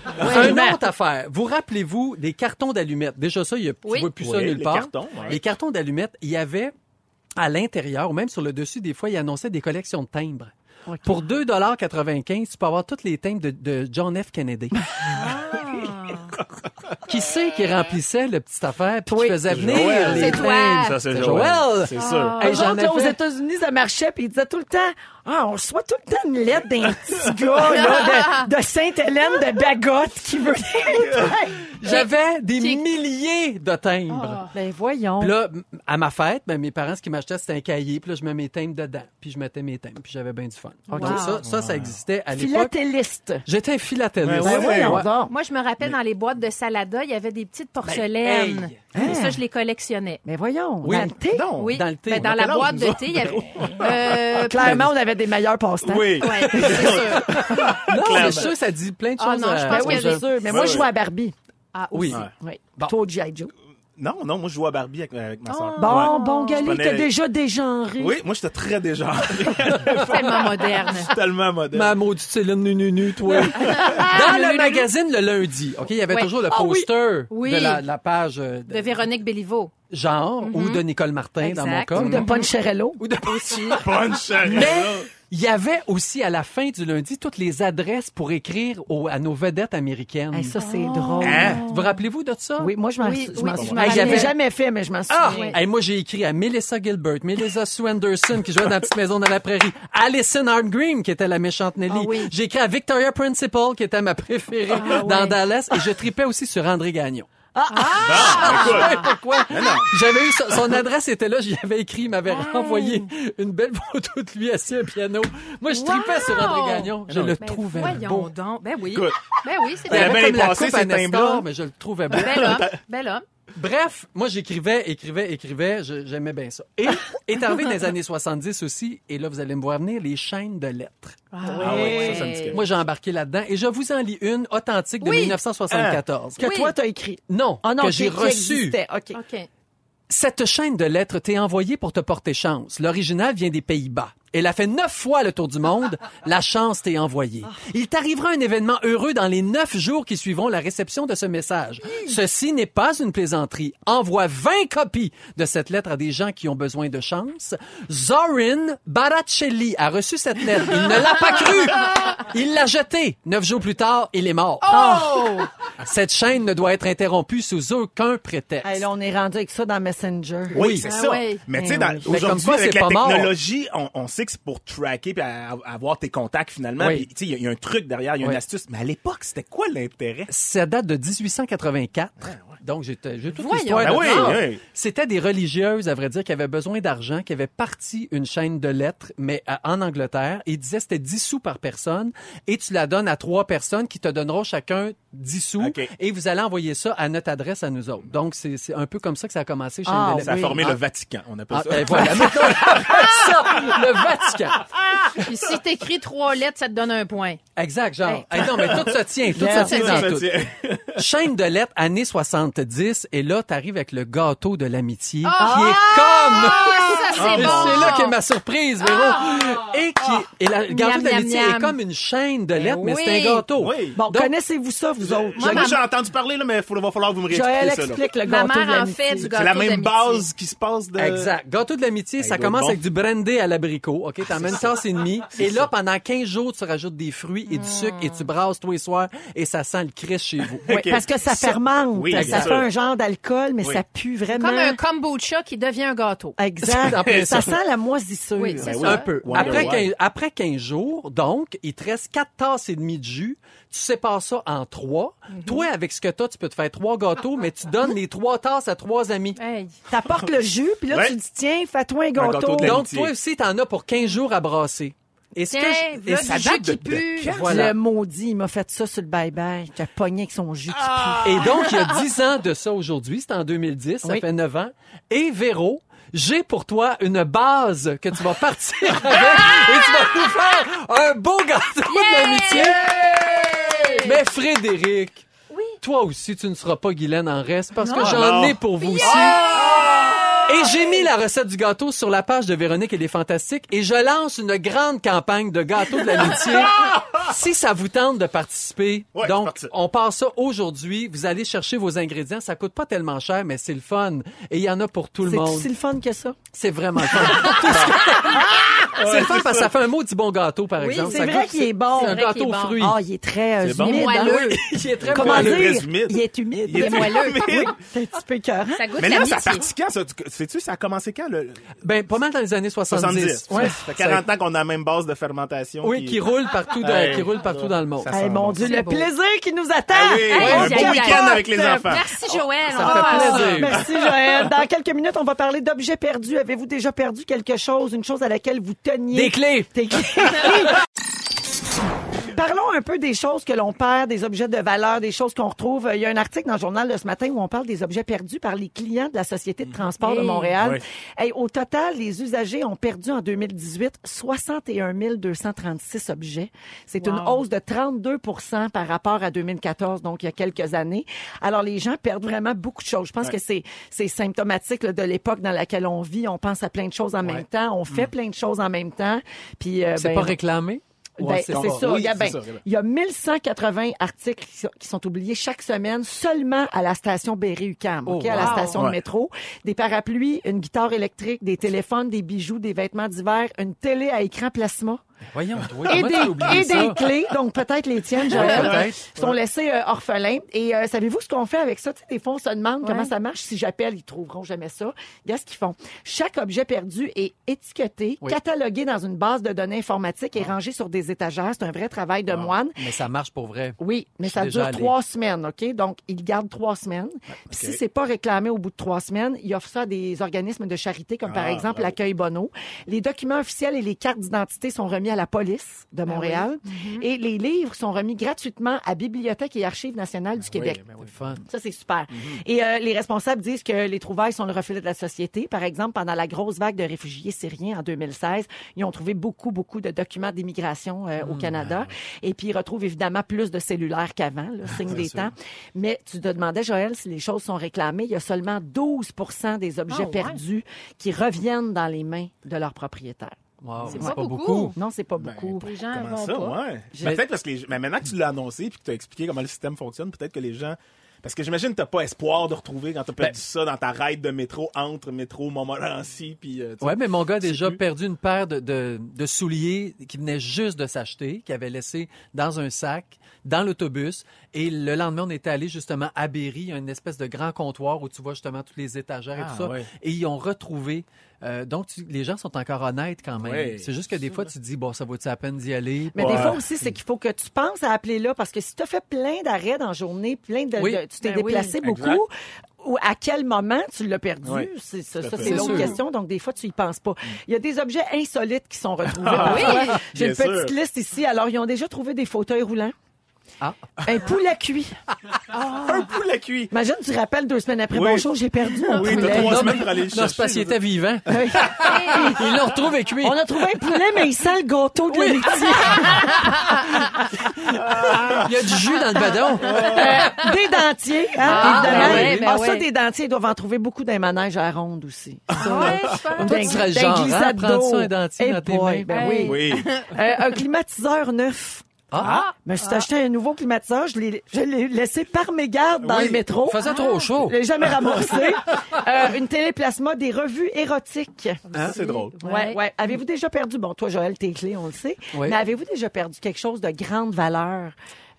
S3: Une autre affaire. Vous rappelez-vous des cartons d'allumettes? Déjà ça, il y a,
S5: Oui.
S3: tu vois plus
S2: Oui,
S3: ça nulle
S2: les
S3: part.
S2: cartons, ouais.
S3: Les cartons d'allumettes, il y avait à l'intérieur, ou même sur le dessus, des fois, ils annonçaient des collections de timbres. Pour 2,95 tu peux avoir toutes les timbres de, de John F. Kennedy.
S5: Ah.
S3: qui c'est qui remplissait le petite affaire puis
S1: Oui.
S3: qui faisait venir
S2: Joël.
S3: les
S5: C'est
S3: timbres?
S5: toi.
S2: Ça, c'est
S3: C'est
S2: Joël.
S3: Joël.
S2: C'est sûr.
S3: Hey,
S1: Eux
S3: j'en
S1: autres, là,
S3: ai
S1: aux
S3: fait.
S1: États-Unis, ça marchait, puis ils disaient tout le temps Ah, on reçoit tout le temps une lettre d'un petit gars là, de, de Sainte-Hélène de Bagotte qui veut.
S3: Ben, J'avais des
S5: Qui-
S3: milliers de timbres.
S5: Ah.
S1: ben voyons.
S3: Puis là, m- à ma fête, ben, mes parents, ce qu'ils m'achetaient, c'était un cahier. Puis là, je mets mes thèmes dedans. Puis je mettais mes thèmes. Puis j'avais bien du fun. Donc ça, ça,
S5: Ah.
S3: ça existait à l'époque.
S1: Philatéliste.
S3: J'étais
S2: Ben
S3: philatéliste.
S2: ouais,
S1: Ben voyons
S3: Ouais.
S1: donc.
S5: Moi, je me rappelle dans les boîtes de Salada, il y avait des petites porcelaines.
S3: Ben, hey.
S5: Et ça, je les collectionnais.
S1: Mais Ben, voyons.
S3: Oui.
S1: dans le thé,
S2: Non.
S5: Oui,
S3: Dans le thé,
S5: Ben,
S3: on
S5: dans
S3: a
S5: la
S2: quel âge,
S5: boîte de
S2: nous
S5: thé, il y avait. Euh,
S1: clairement, on avait des meilleurs passe-temps.
S2: Oui.
S5: ouais, c'est sûr.
S3: Non, mais je suis sûr que ça dit plein de
S5: Ah
S3: choses.
S5: non, je
S3: à-
S5: pense
S3: aux
S5: que
S1: Ben Oui,
S3: gens.
S1: c'est sûr. Mais moi, je jouais à Barbie.
S5: Ah,
S3: Oui.
S5: aussi.
S1: Oui.
S3: Bon.
S1: Toi, au G.I. Joe.
S2: Non, non, moi, je joue à Barbie avec, avec ma soeur.
S1: Ah, Bon, bon,
S2: Je
S1: Galé,
S2: prenais-
S1: t'as déjà dégenré.
S2: Oui, moi, j'étais très déjà
S5: Tellement moderne.
S2: tellement moderne.
S3: Ma maudite Céline nu, nu, nu, toi. Dans le magazine le lundi, OK, il y avait
S5: Ouais.
S3: toujours le
S5: Ah oui.
S3: poster
S5: Oui.
S3: de la, la page euh, de,
S5: De Véronique Béliveau.
S3: genre ou de Nicole Martin dans mon
S5: Exact.
S3: cas.
S1: Ou de Poncherello.
S3: Ou de-
S2: Bonne charrette.
S3: Mais il y avait aussi à la fin du lundi toutes les adresses pour écrire aux- à nos vedettes américaines.
S1: Hey, ça,
S3: Ah.
S1: c'est drôle.
S2: Hein?
S3: Vous vous rappelez-vous de ça?
S1: Oui, moi, je m'en
S5: Oui,
S1: je
S5: oui,
S1: m'en
S5: je me
S1: souviens. Hey, J'avais
S5: rappelle.
S1: jamais fait, mais je m'en souviens.
S3: Ah!
S5: Oui.
S3: Hey, moi, j'ai écrit à Melissa Gilbert, Melissa Sue Anderson, qui jouait dans la petite maison dans la prairie, Alison Green qui était la méchante Nelly.
S5: Ah oui. Ah
S3: J'ai écrit à Victoria Principal, qui était ma préférée dans Dallas, et je tripais aussi sur André Gagnon. ah!
S5: Ah.
S2: Écoute,
S3: Pourquoi? J'avais eu son, son adresse était là, j'y avais écrit, il m'avait
S5: Ah.
S3: renvoyé une belle photo de lui assis à un piano. Moi, je tripais sur André Gagnon. Je le
S5: Ben,
S3: trouvais
S5: voyons
S3: beau.
S5: donc. Ben oui.
S2: Écoute.
S5: Ben oui, c'est
S3: Il
S5: vrai.
S2: Ben, ben,
S3: avait comme la
S2: passé,
S3: coupe
S2: ces
S3: à Nestor,
S2: timbres-là.
S3: mais je le trouvais beau.
S5: Bel homme. Bel homme.
S3: Bref, moi j'écrivais, écrivais, écrivais, je- j'aimais bien ça. Et est arrivé dans les années 70 aussi, et là vous allez me voir venir, les chaînes de lettres.
S2: Ah ouais, ça, ça me dit
S3: Moi j'ai embarqué là-dedans et je vous en lis une authentique de
S5: Oui.
S3: 1974.
S1: Que
S5: Oui.
S1: toi, t'as écrit.
S3: Non,
S1: Ah non,
S3: Ah que
S1: qui-
S3: j'ai
S1: qui
S3: reçu.
S1: existait. OK.
S5: OK.
S3: Cette chaîne de lettres t'est envoyée pour te porter chance. L'original vient des Pays-Bas. Elle a fait neuf fois le tour du monde. La chance t'est envoyée.
S1: Ah.
S3: Il t'arrivera un événement heureux dans les neuf jours qui suivront la réception de ce message. Ceci n'est pas une plaisanterie. Envoie 20 copies de cette lettre à des gens qui ont besoin de chance. Zorin Baracelli a reçu cette lettre. Il ne l'a pas cru. Il l'a jetée. Neuf jours plus tard, il est mort.
S1: Oh!
S3: Cette chaîne ne doit être interrompue sous aucun prétexte.
S1: Hey, là, on est rendu avec ça dans Messenger.
S2: Oui, c'est
S5: Ah
S2: ça.
S5: ouais.
S2: Mais tu
S1: Eh
S2: sais, dans-
S1: oui.
S3: Mais comme
S2: aujourd'hui,
S3: quoi,
S2: avec
S3: c'est
S2: la
S3: pas mort.
S2: technologie, on, on sait que c'est pour tracker puis à- à- avoir tes contacts finalement.
S3: Oui.
S2: Puis, tu sais, il y a- il y, a un truc derrière, il y a une
S3: Oui.
S2: astuce. Mais à l'époque, c'était quoi l'intérêt?
S3: Ça date de 1884. Donc, j'ai t- j'ai toute
S5: Voyons.
S3: l'histoire.
S2: Ben
S3: de
S2: oui,
S3: ça.
S2: oui.
S3: C'était des religieuses, à vrai dire, qui avaient besoin d'argent, qui avaient parti une chaîne de lettres, mais à- en Angleterre. Ils disaient c'était 10 sous par personne et tu la donnes à trois personnes qui te donneront chacun 10 sous
S2: OK.
S3: et vous allez envoyer ça à notre adresse à nous autres. Donc, c'est c'est un peu comme ça que ça a commencé chaîne
S1: Ah,
S3: de lettres.
S2: Ça a
S1: Oui.
S2: formé
S3: Ah.
S2: le Vatican, on appelle
S3: Ah,
S2: ça.
S3: ben voilà. Maintenant, arrête ça, le Vatican.
S5: Puis si t'écris trois lettres, ça te donne un point.
S3: Exact, genre. Hey, non, mais tout se tient, tout
S1: Yeah.
S3: se tient
S2: Ça,
S3: dans tout.
S2: tiens.
S3: Chaîne de lettres, années 70, et là, t'arrives avec le gâteau de l'amitié, qui est comme...
S5: Ah, ça, c'est
S3: Et
S5: bon.
S3: C'est là qu'est ma surprise, Véro. Et, qui, et la, le gâteau
S5: Miam,
S3: de l'amitié
S5: miam,
S3: est
S5: miam. Ben
S3: comme une chaîne de lettres, mais
S5: oui.
S3: c'est un gâteau.
S2: Oui.
S1: Bon,
S3: Donc-
S1: connaissez-vous ça, vous autres?
S2: Moi, j'ai entendu parler, là, mais il va falloir que vous me
S1: Joël
S2: réexpliquer ça. là.
S1: explique le
S5: Ma
S1: gâteau de
S5: mère en
S1: l'amitié.
S5: fait du gâteau
S2: C'est la même
S5: d'amitié.
S2: base qui se passe de...
S3: Exact. Gâteau de l'amitié, ça
S2: Euh, ben, doit
S3: commence
S2: être
S3: avec du brandy à l'abricot. OK, t'en mets une tasse et demie. Et là, pendant 15 jours, tu rajoutes des fruits fruits et du sucre et
S5: Ah.
S3: tu brasses tous les soirs et ça sent le Christ chez vous.
S1: Oui, Parce que ça fermente.
S2: Oui,
S1: ça
S2: bien
S1: fait
S2: sûr.
S1: un genre d'alcool, mais ça pue vraiment.
S5: Comme un kombucha qui devient un gâteau.
S3: En
S1: Exact.
S3: plein
S1: ça
S3: ça.
S1: sent la moisissure.
S5: Oui, c'est
S2: Ben
S5: ça.
S2: oui.
S3: Un peu.
S2: Wonder
S3: Après
S2: why.
S3: 15, après 15 jours, donc, il te reste 4 tasses et demie de jus. Tu sépares ça en 3.
S5: Mhm.
S3: Toi, avec ce que t'as, tu peux te faire trois gâteaux, mais tu donnes les trois tasses à trois amis.
S5: Hey.
S1: T'apportes le jus, puis là,
S2: Ouais.
S1: tu dis, tiens, fais-toi un
S2: gâteau
S1: gâteau.
S2: de la-
S3: Donc,
S2: L'amitié.
S3: toi aussi, t'en as pour 15 jours à brasser. Et ce
S5: Tiens,
S3: que je- et
S5: voilà
S3: ça
S5: du
S3: date
S5: jus qui
S3: de- de
S5: pue.
S3: quand?
S1: Le
S3: Voilà.
S1: maudit, il m'a fait ça sur le bye-bye. T'as pogné avec son jus qui
S3: Et donc, il y a 10 ans de ça aujourd'hui, c'est en 2010, ça
S1: Oui.
S3: fait 9 ans. Et Véro, j'ai pour toi une base que tu vas partir avec et tu vas nous faire un beau gâteau d'amitié. Mais Frédéric, toi aussi, tu ne seras pas Guylaine en reste parce que j'en
S2: Non.
S3: ai pour vous aussi.
S2: Ah!
S1: Ah!
S3: Et j'ai mis la recette du gâteau sur la page de Véronique et les Fantastiques et je lance une grande campagne de gâteaux de l'amitié. si ça vous tente de participer,
S2: Ouais, c'est
S3: donc
S2: parti.
S3: on passe ça aujourd'hui. Vous allez chercher vos ingrédients. Ça coûte pas tellement cher, mais c'est le fun. Et il y en a pour tout le
S1: pue. C'est
S3: monde.
S1: si le fun que ça.
S3: C'est vraiment le fun. Tout ce que- c'est le fun parce que ça fait un mot du bon gâteau, par exemple.
S1: c'est
S3: Ça
S1: vrai
S3: goûte-
S1: qu'il est bon.
S3: C'est
S5: C'est
S3: un
S5: vrai qu'il
S3: gâteau
S5: est
S3: aux
S5: bon.
S3: fruits.
S1: Ah, il est très euh,
S2: C'est bon.
S1: humide. hein?
S5: Moelleux.
S3: il est très
S1: Comment
S3: bon.
S2: Il est
S1: dire?
S2: très humide.
S1: Il est humide.
S2: Il est
S5: moelleux.
S1: Oui, c'est un petit peu écœurant.
S5: Ça goûte
S2: Mais là, ça
S5: l'amitié.
S2: partit quand, ça? Tu- Sais-tu, ça a commencé quand, le le-
S3: Ben, pas mal dans les années 70.
S2: 70?
S3: Ouais.
S2: Ça fait 40 ans qu'on a la même base de fermentation.
S3: Oui, qui roule partout, dans,
S2: Ouais.
S3: qui roule partout dans le monde.
S2: Ça
S1: Eh,
S2: sent
S1: mon
S2: bon.
S1: Dieu,
S5: C'est
S1: le
S5: beau.
S1: plaisir qui nous attend.
S2: Ah oui,
S1: Hey,
S2: un
S5: j'ai
S2: beau
S5: eu la
S2: week-end
S5: porte.
S2: avec les enfants.
S5: Merci Joël.
S3: ça
S5: On
S3: fait
S5: va faire
S3: plaisir.
S1: Merci Joël. Dans quelques minutes, on va parler d'objets perdus. Avez-vous déjà perdu quelque chose, une chose à laquelle vous teniez?
S3: Des clés.
S1: Tes clés. Parlons un peu des choses que l'on perd, des objets de valeur, des choses qu'on retrouve. Il y a un article dans le journal de ce matin où on parle des objets perdus par les clients de la Société de transport de
S3: Mmh.
S5: Hey.
S1: Montréal.
S2: Ouais.
S1: Hey, au total, les usagers ont perdu en 2018 61 236 objets. C'est une hausse de 32 par rapport à 2014, donc il y a quelques années. Alors, les gens perdent vraiment beaucoup de choses. Je pense que c'est c'est symptomatique là, de l'époque dans laquelle on vit. On pense à plein de choses en même temps. On fait plein de choses en même temps. Puis, euh,
S3: Mmh. C'est
S1: ben,
S3: pas réclamé?
S1: ben,
S3: Ouais,
S1: c'est
S3: pas-
S1: ça.
S2: oui,
S1: il, y a,
S2: c'est
S1: ben,
S2: ça, Gabriel.
S1: il y a 1180 articles qui sont, qui sont oubliés chaque semaine seulement à la station Berry-UQAM,
S3: Oh,
S1: OK, à la
S3: wow.
S1: station de
S2: Ouais.
S1: métro. Des parapluies, une guitare électrique, des téléphones, des bijoux, des vêtements d'hiver, une télé à écran plasma
S3: Voyons, toi,
S1: et
S3: comment tu as
S1: des,
S3: oublié
S1: et des
S3: ça?
S1: clés, donc peut-être les tiennes,
S3: Ouais,
S1: Joël,
S3: peut-être.
S1: sont laissés euh, orphelins. Et euh, savez-vous ce qu'on fait avec ça? Tu sais, des fois, on se demande comment ça marche. Si j'appelle, ils trouveront jamais ça. Regarde ce qu'ils font. Chaque objet perdu est étiqueté,
S3: Oui. Ah.
S1: catalogué dans une base de données informatique et rangé sur des étagères. C'est un vrai travail de moine.
S3: Mais ça marche pour vrai.
S1: Oui, mais
S3: Je suis
S1: ça
S3: déjà Ah,
S1: dure
S3: allée.
S1: trois semaines, OK? Donc, ils gardent trois semaines. Puis si c'est pas réclamé au bout de trois semaines, ils offrent ça à des organismes de charité, comme par
S2: Ah,
S1: exemple
S2: bravo.
S1: l'accueil Bonneau. Les documents officiels et les cartes d'identité sont remis à la police
S3: Ah
S1: de Montréal.
S3: Mhm.
S1: Et les livres sont remis gratuitement à Bibliothèque et Archives nationales
S3: Ah
S1: du Québec.
S3: C'est fun.
S1: Ça, c'est super.
S5: Mhm.
S1: Et euh, les responsables disent que les trouvailles sont le reflet de la société. Par exemple, pendant la grosse vague de réfugiés syriens en 2016, ils ont trouvé beaucoup, beaucoup de documents d'immigration euh,
S5: Mmh,
S1: au Canada. Et puis, ils retrouvent évidemment plus de cellulaires qu'avant, le signe des temps. Mais tu te demandais, Joël, si les choses sont réclamées. Il y a seulement 12 des objets
S5: Ah, ouais.
S1: perdus qui reviennent dans les mains de leurs propriétaires.
S3: Wow,
S5: C'est
S3: c'est
S5: pas
S3: pas beaucoup.
S5: beaucoup.
S1: Non, c'est pas
S2: Ben,
S1: beaucoup.
S5: Les gens
S2: Comment
S5: vont
S2: ça,
S5: pas.
S2: ouais. Mais Peut-être parce que les... gens- Mais maintenant que tu l'as annoncé puis que tu as expliqué comment le système fonctionne, peut-être que les gens... Parce que j'imagine que t'as pas espoir de retrouver quand t'as
S3: Ben
S2: perdu ça dans ta ride de métro entre métro Montmorency puis... euh, tu sais.
S3: Ouais, mais mon gars a déjà
S2: plus.
S3: perdu une paire de, de, de souliers qui venait juste de s'acheter, qu'il avait laissé dans un sac, dans l'autobus. Et le lendemain, on était allé justement à Berry, il y a une espèce de grand comptoir où tu vois justement toutes les étagères et
S2: Ah,
S3: tout ça.
S2: ouais.
S3: Et ils ont retrouvé. euh, donc, tu- les gens sont encore honnêtes quand même.
S2: Ouais.
S3: C'est juste que des fois, tu te dis, bon, ça vaut-tu la peine d'y aller?
S1: Mais des
S2: Ouais.
S1: fois aussi, c'est qu'il faut que tu penses à appeler là parce que si tu as fait plein d'arrêts dans la journée, plein de,
S3: Oui.
S1: de- tu t'es
S5: Ben oui.
S1: déplacé
S2: Exact.
S1: beaucoup, ou à quel moment tu l'as perdu,
S2: Oui.
S1: c'est ça,
S2: Tout à
S1: ça,
S2: fait.
S1: c'est
S3: C'est
S1: l'autre
S3: sûr.
S1: question. Donc des fois tu y penses pas. Il y a des objets insolites qui sont retrouvés.
S2: Ah,
S1: parfois. J'ai une
S2: bien
S1: petite
S2: sûr.
S1: liste ici. Alors ils ont déjà trouvé des fauteuils roulants.
S3: Ah.
S1: Un poulet cuit.
S3: ben
S2: Un poulet cuit!
S1: Imagine, tu rappelles deux semaines après
S2: Oui.
S1: mon show, j'ai perdu mon
S2: Oui, t'as
S1: poulet.
S2: trois
S3: Eh, Non,
S2: semaines
S3: mais-
S2: pour aller le
S3: Non, c'est parce
S2: chercher.
S3: qu'il était vivant.
S1: Oui.
S5: Ah,
S3: Ils l'ont retrouvé cuit.
S1: On a trouvé un poulet, mais il sent le gâteau de la laitière.
S3: Il y a du jus dans le badon.
S1: Euh, des dentiers, hein,
S5: Ah,
S1: évidemment.
S5: ben oui, ben
S1: Ah, ça,
S5: oui.
S1: des dentiers, ils doivent en trouver beaucoup dans les manèges à ronde aussi.
S5: Ouais, je pense.
S3: Ah. Toi, tu serais le
S1: D'un
S3: genre, hein,
S1: glissade
S3: prendre
S1: d'eau.
S3: ça un dentier
S1: Eh
S3: dans tes
S1: boy,
S3: mains.
S1: ben
S5: Hey.
S1: oui.
S2: Oui.
S1: Euh, un climatiseur neuf.
S3: Ah!
S1: Mais je suis acheté un nouveau climatiseur. Je l'ai, je l'ai laissé par mégarde dans
S3: Oui.
S1: le métro.
S3: Faisait trop chaud.
S1: Je l'ai jamais ramassé. Euh, une téléplasma des revues érotiques.
S2: Ça, Hein, c'est drôle.
S1: Ouais, ouais. Avez-vous déjà perdu, bon, toi, Joël, tes clés, on le sait,
S3: Oui.
S1: mais avez-vous déjà perdu quelque chose de grande valeur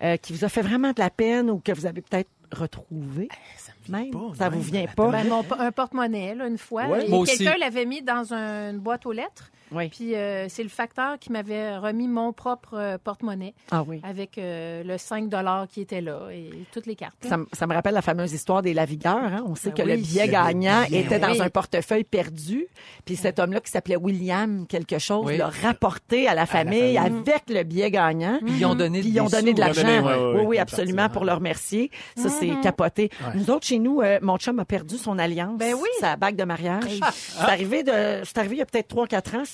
S1: euh, qui vous a fait vraiment de la peine ou que vous avez peut-être retrouvé? Eh, Ça même.
S2: pas,
S1: ça
S2: même,
S1: vous vient
S2: la
S1: pas?
S5: Ben, mon- un porte-monnaie, là, une fois.
S2: Ouais.
S5: Et
S3: Moi aussi.
S5: Quelqu'un l'avait mis dans un- une boîte aux lettres.
S1: Oui.
S5: Puis euh, c'est le facteur qui m'avait remis mon propre euh, porte-monnaie
S1: Ah oui.
S5: avec euh, le 5 qui était là et toutes les cartes.
S1: Ça, me- ça me rappelle la fameuse histoire des lavigueurs. hein. On sait
S5: Ben
S1: que le
S5: oui.
S1: billet gagnant était dans
S5: oui.
S1: un portefeuille perdu. Puis cet homme-là qui s'appelait William quelque chose
S3: Oui.
S1: l'a rapporté à la famille, Mm. avec le billet gagnant.
S3: Ils ont donné
S1: Puis ils ont
S3: des
S1: donné de
S3: sous.
S2: Ils ont donné,
S1: l'argent.
S2: ouais, ouais,
S1: oui,
S2: ouais,
S1: oui,
S2: une
S1: absolument,
S2: partie,
S1: pour
S2: ouais.
S1: le remercier. Ça, c'est capoté. Nous autres, chez nous, euh, mon chum a perdu son alliance.
S5: Ben oui.
S1: Sa bague de mariage. c'est arrivé de, c'est arrivé il y a peut-être 3-4 ans, ça.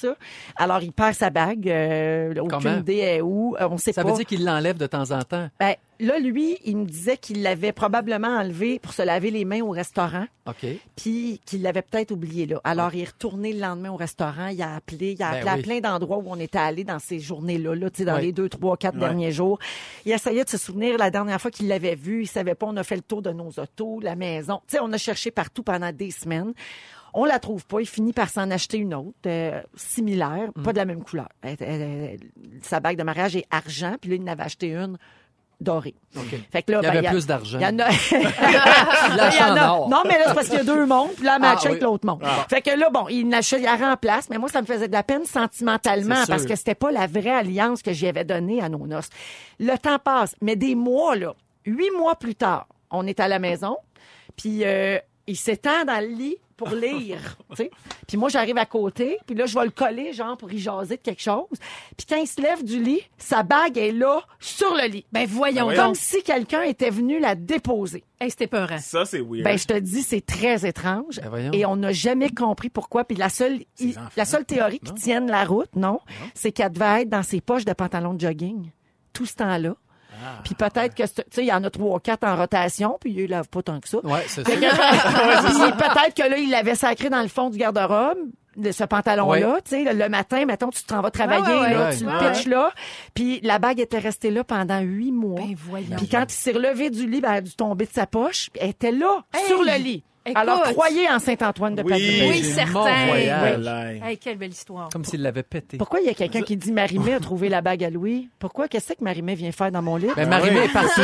S1: Alors, il perd sa bague. euh, aucune
S3: Comment?
S1: idée est où. euh, on sait
S3: Ça
S1: pas.
S3: veut dire qu'ils l'enlèvent de temps en temps.
S1: Ben, là, lui, il me disait qu'il l'avait probablement enlevé pour se laver les mains au restaurant,
S3: OK.
S1: puis qu'il l'avait peut-être oublié là. Alors, il est retourné le lendemain au restaurant, il a appelé, il a
S3: Ben
S1: appelé
S3: oui.
S1: à plein d'endroits où on était allé dans ces journées-là, là, tu sais, dans
S3: Ouais.
S1: les deux, trois, quatre derniers jours. Il essayait de se souvenir la dernière fois qu'il l'avait vu, il savait pas, on a fait le tour de nos autos, la maison. Tu sais, on a cherché partout pendant des semaines. On la trouve pas, il finit par s'en acheter une autre, euh, similaire,
S3: Mm.
S1: pas de la même couleur. Elle- elle- elle- sa bague de mariage est argent, puis là, il en avait acheté une dorée. Fait que là,
S3: Il y
S1: ben,
S3: avait plus d'argent.
S1: Il y en a.
S3: Il lâche
S1: Il y en a-
S3: en or.
S1: Non, mais là, c'est parce qu'il y a deux mondes, puis là, elle
S3: Ah,
S1: matchait avec
S3: oui.
S1: l'autre monde. Fait que là, bon, il l'achète, il la remplace, mais moi, ça me faisait de la peine sentimentalement
S3: C'est sûr.
S1: parce que c'était pas la vraie alliance que j'y avais donnée à nos noces. Le temps passe, mais des mois, là, huit mois plus tard, on est à la maison, puis euh, il s'étend dans le lit pour lire, tu sais. Puis moi, j'arrive à côté, puis là, je vais le coller, genre, pour y jaser de quelque chose. Puis quand il se lève du lit, sa bague est là, sur le lit.
S5: Ben voyons
S2: Ben
S1: Comme
S5: donc.
S1: si quelqu'un était venu la déposer.
S5: Hey, c'était peurant.
S2: Ça, c'est weird.
S1: Ben, je te dis, c'est très étrange.
S3: Ben, voyons.
S1: et on n'a jamais compris pourquoi. Puis la seule, i-
S2: enfants.
S1: la seule théorie qui tienne la route, non, c'est qu'elle devait être dans ses poches de pantalon de jogging tout ce temps-là. puis peut-être que, c'est- tu sais, il y en a trois ou quatre en rotation, puis il lave pas tant que ça.
S3: Ouais, c'est
S1: Fait
S3: sûr.
S1: que- Puis peut-être que là, il l'avait sacré dans le fond du garde-robe, de ce pantalon-là. Tu sais, le matin, mettons, tu t'en vas travailler,
S5: Ouais, ouais,
S1: là,
S3: ouais.
S1: tu
S5: Ouais,
S1: le pitches là. Puis la bague était restée là pendant huit mois.
S5: Ben voyons.
S1: Puis quand il s'est relevé du lit, ben, elle a dû tomber de sa poche. puis Elle était là, sur le lit.
S5: écoute.
S1: Alors, croyez en Saint-Antoine de
S2: Oui.
S1: Padoue.
S5: Oui,
S3: Ben, j'ai
S5: certain.
S3: mon voyage.
S2: Voilà.
S5: Hey, quelle belle histoire.
S3: Comme s'il l'avait pété.
S1: Pourquoi il y a quelqu'un qui dit Marimé a trouvé la bague à Louis? Pourquoi? Qu'est-ce que Marimé vient faire dans mon lit?
S3: Ben, Marimé est partie.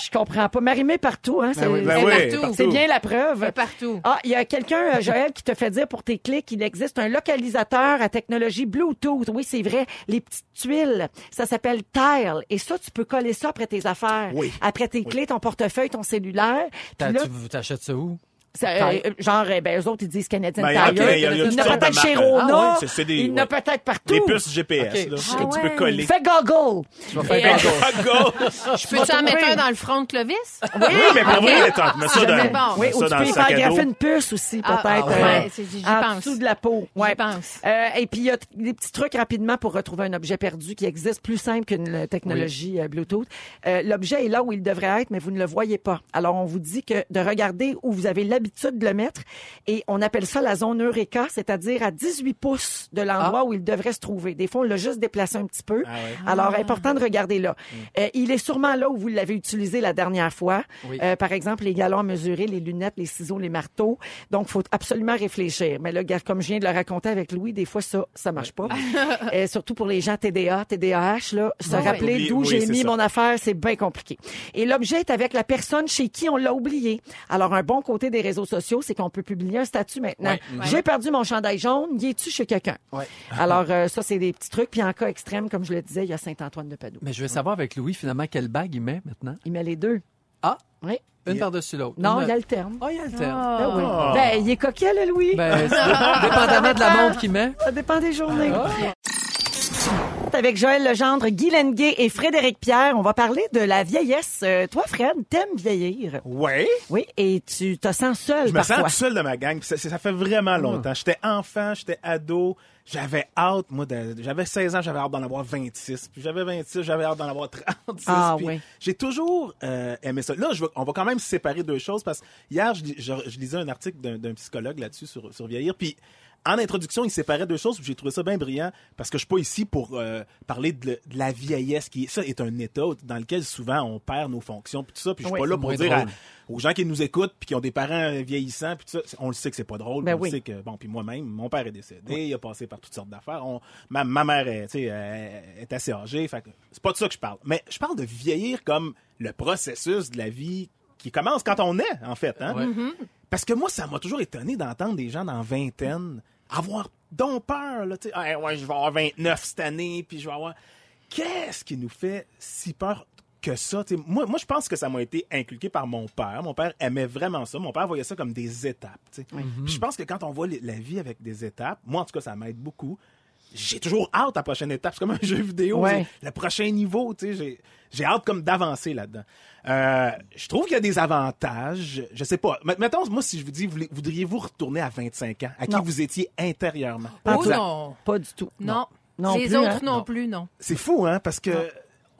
S1: Je comprends pas. Marimé partout, hein? C'est
S2: Ben oui, ben
S5: c'est
S2: oui,
S5: partout.
S1: c'est bien la preuve.
S5: Mais partout.
S1: Ah, il y a quelqu'un, euh, Joël, qui te fait dire pour tes clics qu'il existe un localisateur à technologie Bluetooth. Oui, c'est vrai. Les petites tuiles, ça s'appelle Tile. Et ça, tu peux coller ça après tes affaires.
S2: Oui.
S1: Après tes clés, ton portefeuille, ton cellulaire.
S3: T'as-
S1: Puis là,
S3: tu- T'achètes ça où?
S1: ça, euh, euh, genre, euh, ben, eux autres, ils disent Canadian
S2: Ben, il y
S1: Tire.
S2: a- ok, il y a- il y a
S1: il y en
S2: toutes
S1: a
S2: sortes
S1: peut-être
S2: de
S1: chez
S2: marques, là.
S1: Rona.
S2: Ah ouais, c'est- c'est des-
S1: il y en a
S2: ouais.
S1: peut-être partout.
S2: Des puces GPS,
S3: Ok.
S2: là,
S5: Ah
S2: que tu
S5: ouais.
S2: peux coller.
S1: Fais goggle.
S3: Tu vas faire
S2: Ah,
S3: quelque chose.
S2: go!
S5: Je peux-tu en mettre un dans le front de Clovis?
S2: Oui, mais pour vrai, les tantes, mets ça dans,
S5: Jamais bon.
S2: mets
S1: Oui,
S2: ça
S1: ou tu
S2: dans
S1: peux
S2: le
S1: y faire
S2: sac à dos.
S1: greffer une puce aussi,
S5: Ah,
S1: peut-être.
S3: ah ouais,
S1: euh,
S5: c'est- j'y
S1: en
S5: pense.
S1: dessous de la peau. Ouais.
S5: pense.
S1: Euh, et puis, il y a t- des petits trucs rapidement pour retrouver un objet perdu qui existe plus simple qu'une euh, technologie euh, Bluetooth. Euh, L'objet est là où il devrait être, mais vous ne le voyez pas. Alors, on vous dit que de regarder où vous avez l'habitude de le mettre et on appelle ça la zone Eureka, c'est-à-dire à 18 pouces de l'endroit où il devrait se trouver. Des fois, on l'a juste déplacé un petit peu.
S2: Ah Mm. ouais.
S1: Alors, important de regarder là. Euh, il est sûrement là où vous l'avez utilisé la dernière fois.
S3: Oui.
S1: Euh, par exemple, les galons à mesurer, les lunettes, les ciseaux, les marteaux. Donc, faut absolument réfléchir. Mais là, gars, comme je viens de le raconter avec Louis, des fois, ça, ça marche pas. Euh, surtout pour les gens TDA, TDAH, là, se
S5: Ouais.
S1: rappeler
S2: Oublier,
S1: d'où
S2: oui,
S1: j'ai
S2: c'est
S1: mis
S2: ça.
S1: mon affaire, c'est bien compliqué. Et l'objet est avec la personne chez qui on l'a oublié. Alors, un bon côté des réseaux sociaux, c'est qu'on peut publier un statut maintenant.
S2: Mhm.
S1: J'ai perdu mon chandail jaune, y es-tu chez quelqu'un? Alors, euh, ça, c'est des petits trucs. Puis en cas extrême, comme je le disais, il y a Saint-Antoine de Padoue.
S3: Mais je veux savoir avec Louis, finalement, quelle bague il met maintenant.
S1: Il met les deux.
S3: Ah,
S1: Oui.
S3: une par-dessus l'autre.
S1: Non,
S3: Une-
S1: il alterne.
S3: Ah, il alterne.
S1: Ben, oui.
S2: Ah.
S1: Ben, il est coquet, le Louis.
S3: Ben,
S1: Ah.
S3: c'est- dépendamment de la montre qu'il met.
S1: Ça dépend des journées.
S2: Ah.
S1: Avec Joël Legendre, Guy Lenguet et Frédéric Pierre, on va parler de la vieillesse. Euh, toi, Fred, t'aimes vieillir.
S2: Ouais.
S1: Oui, et tu te sens seul
S2: Je me
S1: parfois.
S2: sens tout seul de ma gang. puis Ça, ça fait vraiment
S3: Ah.
S2: longtemps. J'étais enfant, j'étais ado. J'avais hâte, moi, de- j'avais 16 ans, j'avais hâte d'en avoir 26. Puis j'avais 26, j'avais hâte d'en avoir 36.
S1: Ah,
S2: puis
S1: oui.
S2: J'ai toujours euh, aimé ça. Là, je veux- on va quand même séparer deux choses parce que hier, je, lis- je- je lisais un article d'un d'un psychologue là-dessus sur, sur vieillir. Puis En introduction, il séparait deux choses, puis j'ai trouvé ça bien brillant parce que je suis pas ici pour euh, parler de, le- de la vieillesse qui est ça est un état dans lequel souvent on perd nos fonctions puis tout ça, puis je suis
S1: Oui.
S2: pas là
S3: C'est
S2: pour
S3: moins
S2: dire à-
S3: drôle.
S2: aux gens qui nous écoutent puis qui ont des parents euh, vieillissants puis tout ça, on le sait que c'est pas drôle,
S1: Ben
S2: on
S1: oui.
S2: le sait que bon puis moi-même, mon père est décédé, il a passé par toutes sortes d'affaires. On- ma, ma mère est, tu sais, euh, est assez âgée, fait que c'est pas de ça que je parle, mais je parle de vieillir comme le processus de la vie qui commence quand on est en fait, hein.
S3: Ouais.
S1: Mm-hmm.
S2: Parce que moi, ça m'a toujours étonné d'entendre des gens dans vingtaine avoir donc peur. Là, tu sais. Ah, ouais, je vais avoir 29 cette année, puis je vais avoir... Qu'est-ce qui nous fait si peur que ça? tu sais? Moi, moi, je pense que ça m'a été inculqué par mon père. Mon père aimait vraiment ça. Mon père voyait ça comme des étapes. tu sais. Puis je pense que quand on voit les- la vie avec des étapes, moi, en tout cas, ça m'aide beaucoup. J'ai toujours hâte à la prochaine étape. C'est comme un jeu vidéo.
S1: Ouais.
S2: tu sais le prochain niveau, tu sais, j'ai, j'ai hâte comme d'avancer là-dedans. Euh, je trouve qu'il y a des avantages, je sais pas. M- Mettons, moi, si je vous dis, voulez- voudriez-vous retourner à 25 ans, à qui
S1: Non.
S2: vous étiez intérieurement?
S5: Oh
S2: Exact.
S5: non.
S1: Pas du tout.
S5: Non.
S1: Non
S5: Les
S1: plus,
S5: autres
S1: hein?
S5: non,
S3: Non.
S5: plus, non.
S2: C'est fou, hein, parce que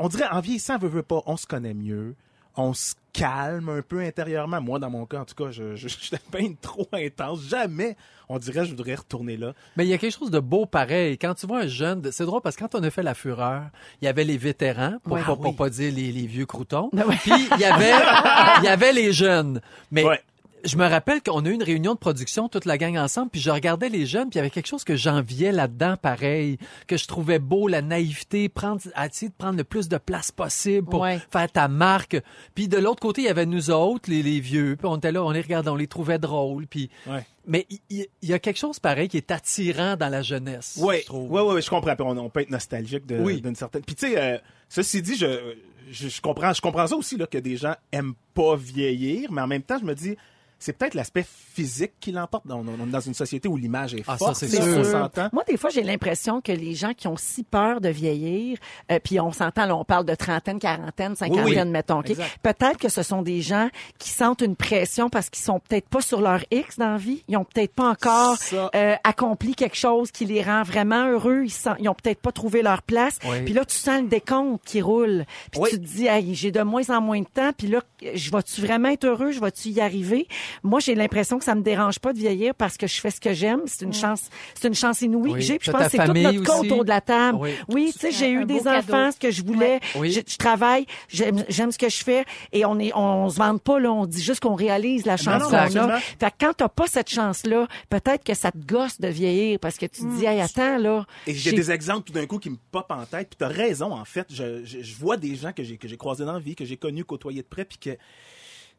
S2: on dirait, en vieillissant, veut, veut pas, on se connaît mieux, on se calme un peu intérieurement. Moi, dans mon cas, en tout cas, je, je, je suis bien trop intense. Jamais, on dirait, je voudrais retourner là.
S3: Mais il y a quelque chose de beau pareil. Quand tu vois un jeune, de- c'est drôle parce que quand on a fait la fureur, il y avait les vétérans, pour,
S1: Ouais.
S3: pas,
S2: Ah
S3: pour
S2: oui.
S3: pas dire les, les vieux croutons.
S1: Ah ouais.
S3: Puis il y avait, il y avait les jeunes. Mais
S2: Ouais.
S3: je me rappelle qu'on a eu une réunion de production, toute la gang ensemble, puis je regardais les jeunes, puis il y avait quelque chose que j'enviais là-dedans, pareil, que je trouvais beau, la naïveté, prendre, à essayer de prendre le plus de place possible pour
S1: Ouais.
S3: faire ta marque. Puis de l'autre côté, il y avait nous autres, les, les vieux, puis on était là, on les regardait, on les trouvait drôles, puis
S2: Ouais.
S3: mais il- il il y, a quelque chose pareil qui est attirant dans la jeunesse.
S2: Oui,
S3: je trouve.
S2: ouais, ouais, ouais, je comprends. Puis On, on peut être nostalgique de- d'une
S3: Oui.
S2: certaine. Puis tu sais, euh, ceci dit, je, je, je comprends, je comprends ça aussi là, que des gens aiment pas vieillir, mais en même temps, je me dis, c'est peut-être l'aspect physique qui l'emporte. On, on- on est dans une société où l'image est
S3: Ah, ça,
S2: forte.
S3: c'est
S2: tu sais,
S3: sûr.
S2: On s'entend.
S1: Moi, des fois, j'ai l'impression que les gens qui ont si peur de vieillir, euh, puis on s'entend, là, on parle de trentaine, quarantaine, cinquantaine,
S2: Oui, oui.
S1: mettons. ok?
S2: Exact.
S1: Peut-être que ce sont des gens qui sentent une pression parce qu'ils sont peut-être pas sur leur X dans la vie. Ils ont peut-être pas encore
S2: Ça.
S1: euh, accompli quelque chose qui les rend vraiment heureux. Ils, sent- ils ont peut-être pas trouvé leur place.
S3: Oui.
S1: Puis là, tu sens le décompte qui roule. Puis
S2: Oui.
S1: tu te dis, Hey, j'ai de moins en moins de temps. Puis là, je vais-tu vraiment être heureux? Je vais-tu y arriver? Moi, j'ai l'impression que ça me dérange pas de vieillir parce que je fais ce que j'aime. C'est
S5: Mm.
S1: une chance, c'est une chance inouïe oui,
S3: Oui,
S1: que j'ai. Puis Je
S3: t'as
S1: pense
S3: ta
S1: que c'est tout
S3: famille
S1: notre compte
S3: aussi.
S1: autour de la table.
S3: Oui.
S1: Oui, tu sais,
S5: Un
S1: j'ai eu
S5: beau
S1: des
S5: cadeau.
S1: enfants, ce que je voulais.
S3: Oui.
S1: Je, je travaille, j'aime j'aime ce que je fais et on est, on se vante pas, là. On dit juste qu'on réalise la chance
S2: non,
S1: qu'on
S2: absolument.
S1: a. Fait que quand t'as pas cette chance-là, peut-être que ça te gosse de vieillir parce que tu te dis,
S5: Mm.
S1: hey, attends, là.
S2: Et j'ai des exemples tout d'un coup qui me popent en tête. Puis t'as raison, en fait. Je, je, je vois des gens que j'ai, que j'ai croisés dans la vie, que j'ai connus, côtoyés de près, puis que.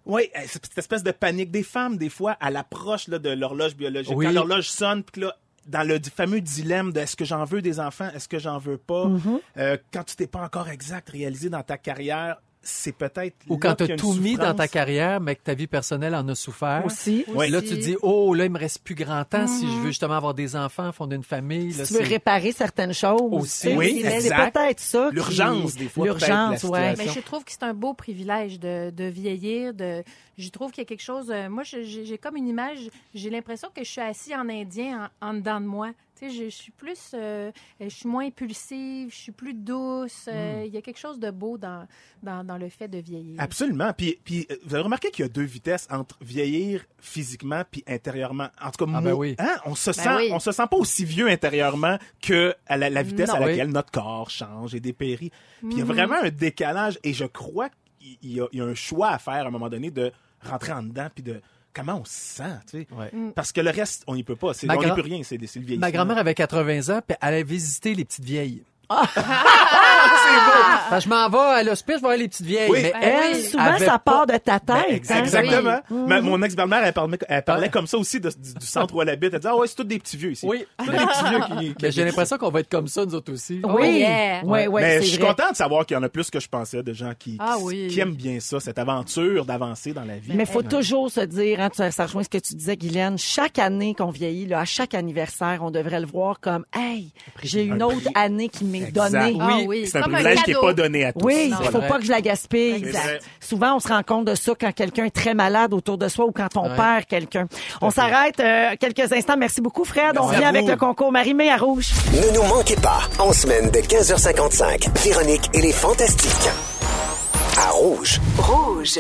S2: Oui, cette espèce de panique des femmes, des fois, à l'approche là, de l'horloge biologique.
S3: Oui.
S2: Quand l'horloge sonne, puis que là, dans le di- fameux dilemme de est-ce que j'en veux des enfants, est-ce que j'en veux pas,
S3: Mhm.
S2: Euh, quand tu t'es pas encore exact réalisé dans ta carrière, c'est peut-être.
S3: Ou
S2: là
S3: quand
S2: qu'il y
S3: t'as
S2: a une
S3: tout mis dans ta
S2: souffrance.
S3: carrière, mais que ta vie personnelle en a souffert.
S1: Aussi. Mm-hmm.
S2: Oui.
S3: Là, tu te dis, oh, là, il me reste plus grand temps si je veux justement avoir des enfants, fonder une famille.
S1: Si
S3: là,
S1: tu veux
S3: c'est-
S1: réparer certaines choses.
S3: Aussi.
S1: tu sais,
S2: Oui,
S1: c'est- c'est
S2: exact.
S1: peut-être ça. qui-
S2: L'urgence, des fois, peut-être,
S1: L'urgence,
S2: la
S1: ouais.
S5: Mais
S2: situation.
S5: je trouve que c'est un beau privilège de, de vieillir. De, je trouve qu'il y a quelque chose. euh, moi, je- j'ai j'ai comme une image. J'ai l'impression que je suis assis en indien en, en dedans de moi. Tu sais, je, je suis plus, euh, je suis moins impulsive, je suis plus douce. euh, il y a quelque chose de beau dans, dans, dans le fait de vieillir.
S2: Absolument. Puis, puis euh, vous avez remarqué qu'il y a deux vitesses entre vieillir physiquement puis intérieurement. En tout cas,
S3: Ah
S2: moi,
S3: ben oui.
S2: hein, on se sent,
S5: oui.
S2: on se sent pas aussi vieux intérieurement que à la, la vitesse
S5: Non.
S2: à laquelle
S3: Oui.
S2: notre corps change et dépérit. Puis il y a vraiment un décalage et je crois qu'il il y, a- il y a un choix à faire à un moment donné de rentrer en dedans puis de comment on se sent, tu sais.
S3: Ouais.
S2: Parce que le reste, on n'y peut pas. C'est-
S3: Ma
S2: on n'y
S3: grand-
S2: peut rien. C'est c'est le vieillissement.
S3: Ma grand-mère avait 80 ans, puis elle allait visiter les petites vieilles.
S1: Ah!
S3: Fait que je m'en vais à l'hospice, je vais voir les petites vieilles.
S2: Oui.
S3: Mais
S5: Ben
S3: elle,
S5: oui.
S1: Souvent,
S3: avait
S1: ça
S3: pas-
S1: part de ta tête.
S2: Ben,
S1: hein.
S2: Exactement.
S1: Oui.
S2: Ma- mon ex-belle-mère, elle parlait, elle parlait
S3: Ouais.
S2: comme ça aussi de- du, du centre où elle habite. Elle disait, ah ouais, c'est tous des petits vieux ici.
S3: Oui.
S2: C'est tous des petits vieux qui- qui,
S3: Mais Ben, j'ai l'impression qu'on va être comme ça, nous autres aussi.
S1: Oui, oui,
S5: Oh, yeah.
S1: oui,
S2: mais
S1: c'est
S2: Ben, je suis
S1: vrai.
S2: content de savoir qu'il y en a plus que je pensais de gens qui, qui-
S5: Ah oui.
S2: qui aiment bien ça, cette aventure d'avancer dans la vie. Ben,
S1: Mais il faut toujours se dire, hein, tu- ça rejoint ce que tu disais, Guylaine, chaque année qu'on vieillit, là, à chaque anniversaire, on devrait le voir comme, hey, j'ai une
S2: Un
S1: autre
S2: prix.
S1: année qui m'est
S2: Exact.
S1: donnée.
S5: Ah
S3: Oui,
S5: oui,
S2: C'est un
S5: comme
S2: privilège qui n'est
S5: cadeau.
S2: pas donné à tous.
S1: Oui, il
S3: Non.
S1: faut
S3: C'est
S1: pas
S3: vrai.
S1: que je la gaspille.
S2: Exact. C'est vrai.
S1: Souvent, on se rend compte de ça quand quelqu'un est très malade autour de soi ou quand on
S3: Ouais.
S1: perd quelqu'un. On s'arrête euh, quelques instants. Merci beaucoup, Fred. on
S2: Merci à
S1: revient avec
S2: vous.
S1: le concours Marie-Mé à Rouge.
S9: Ne nous manquez pas, en semaine de 15h55, Véronique et les Fantastiques. À Rouge.
S10: Rouge.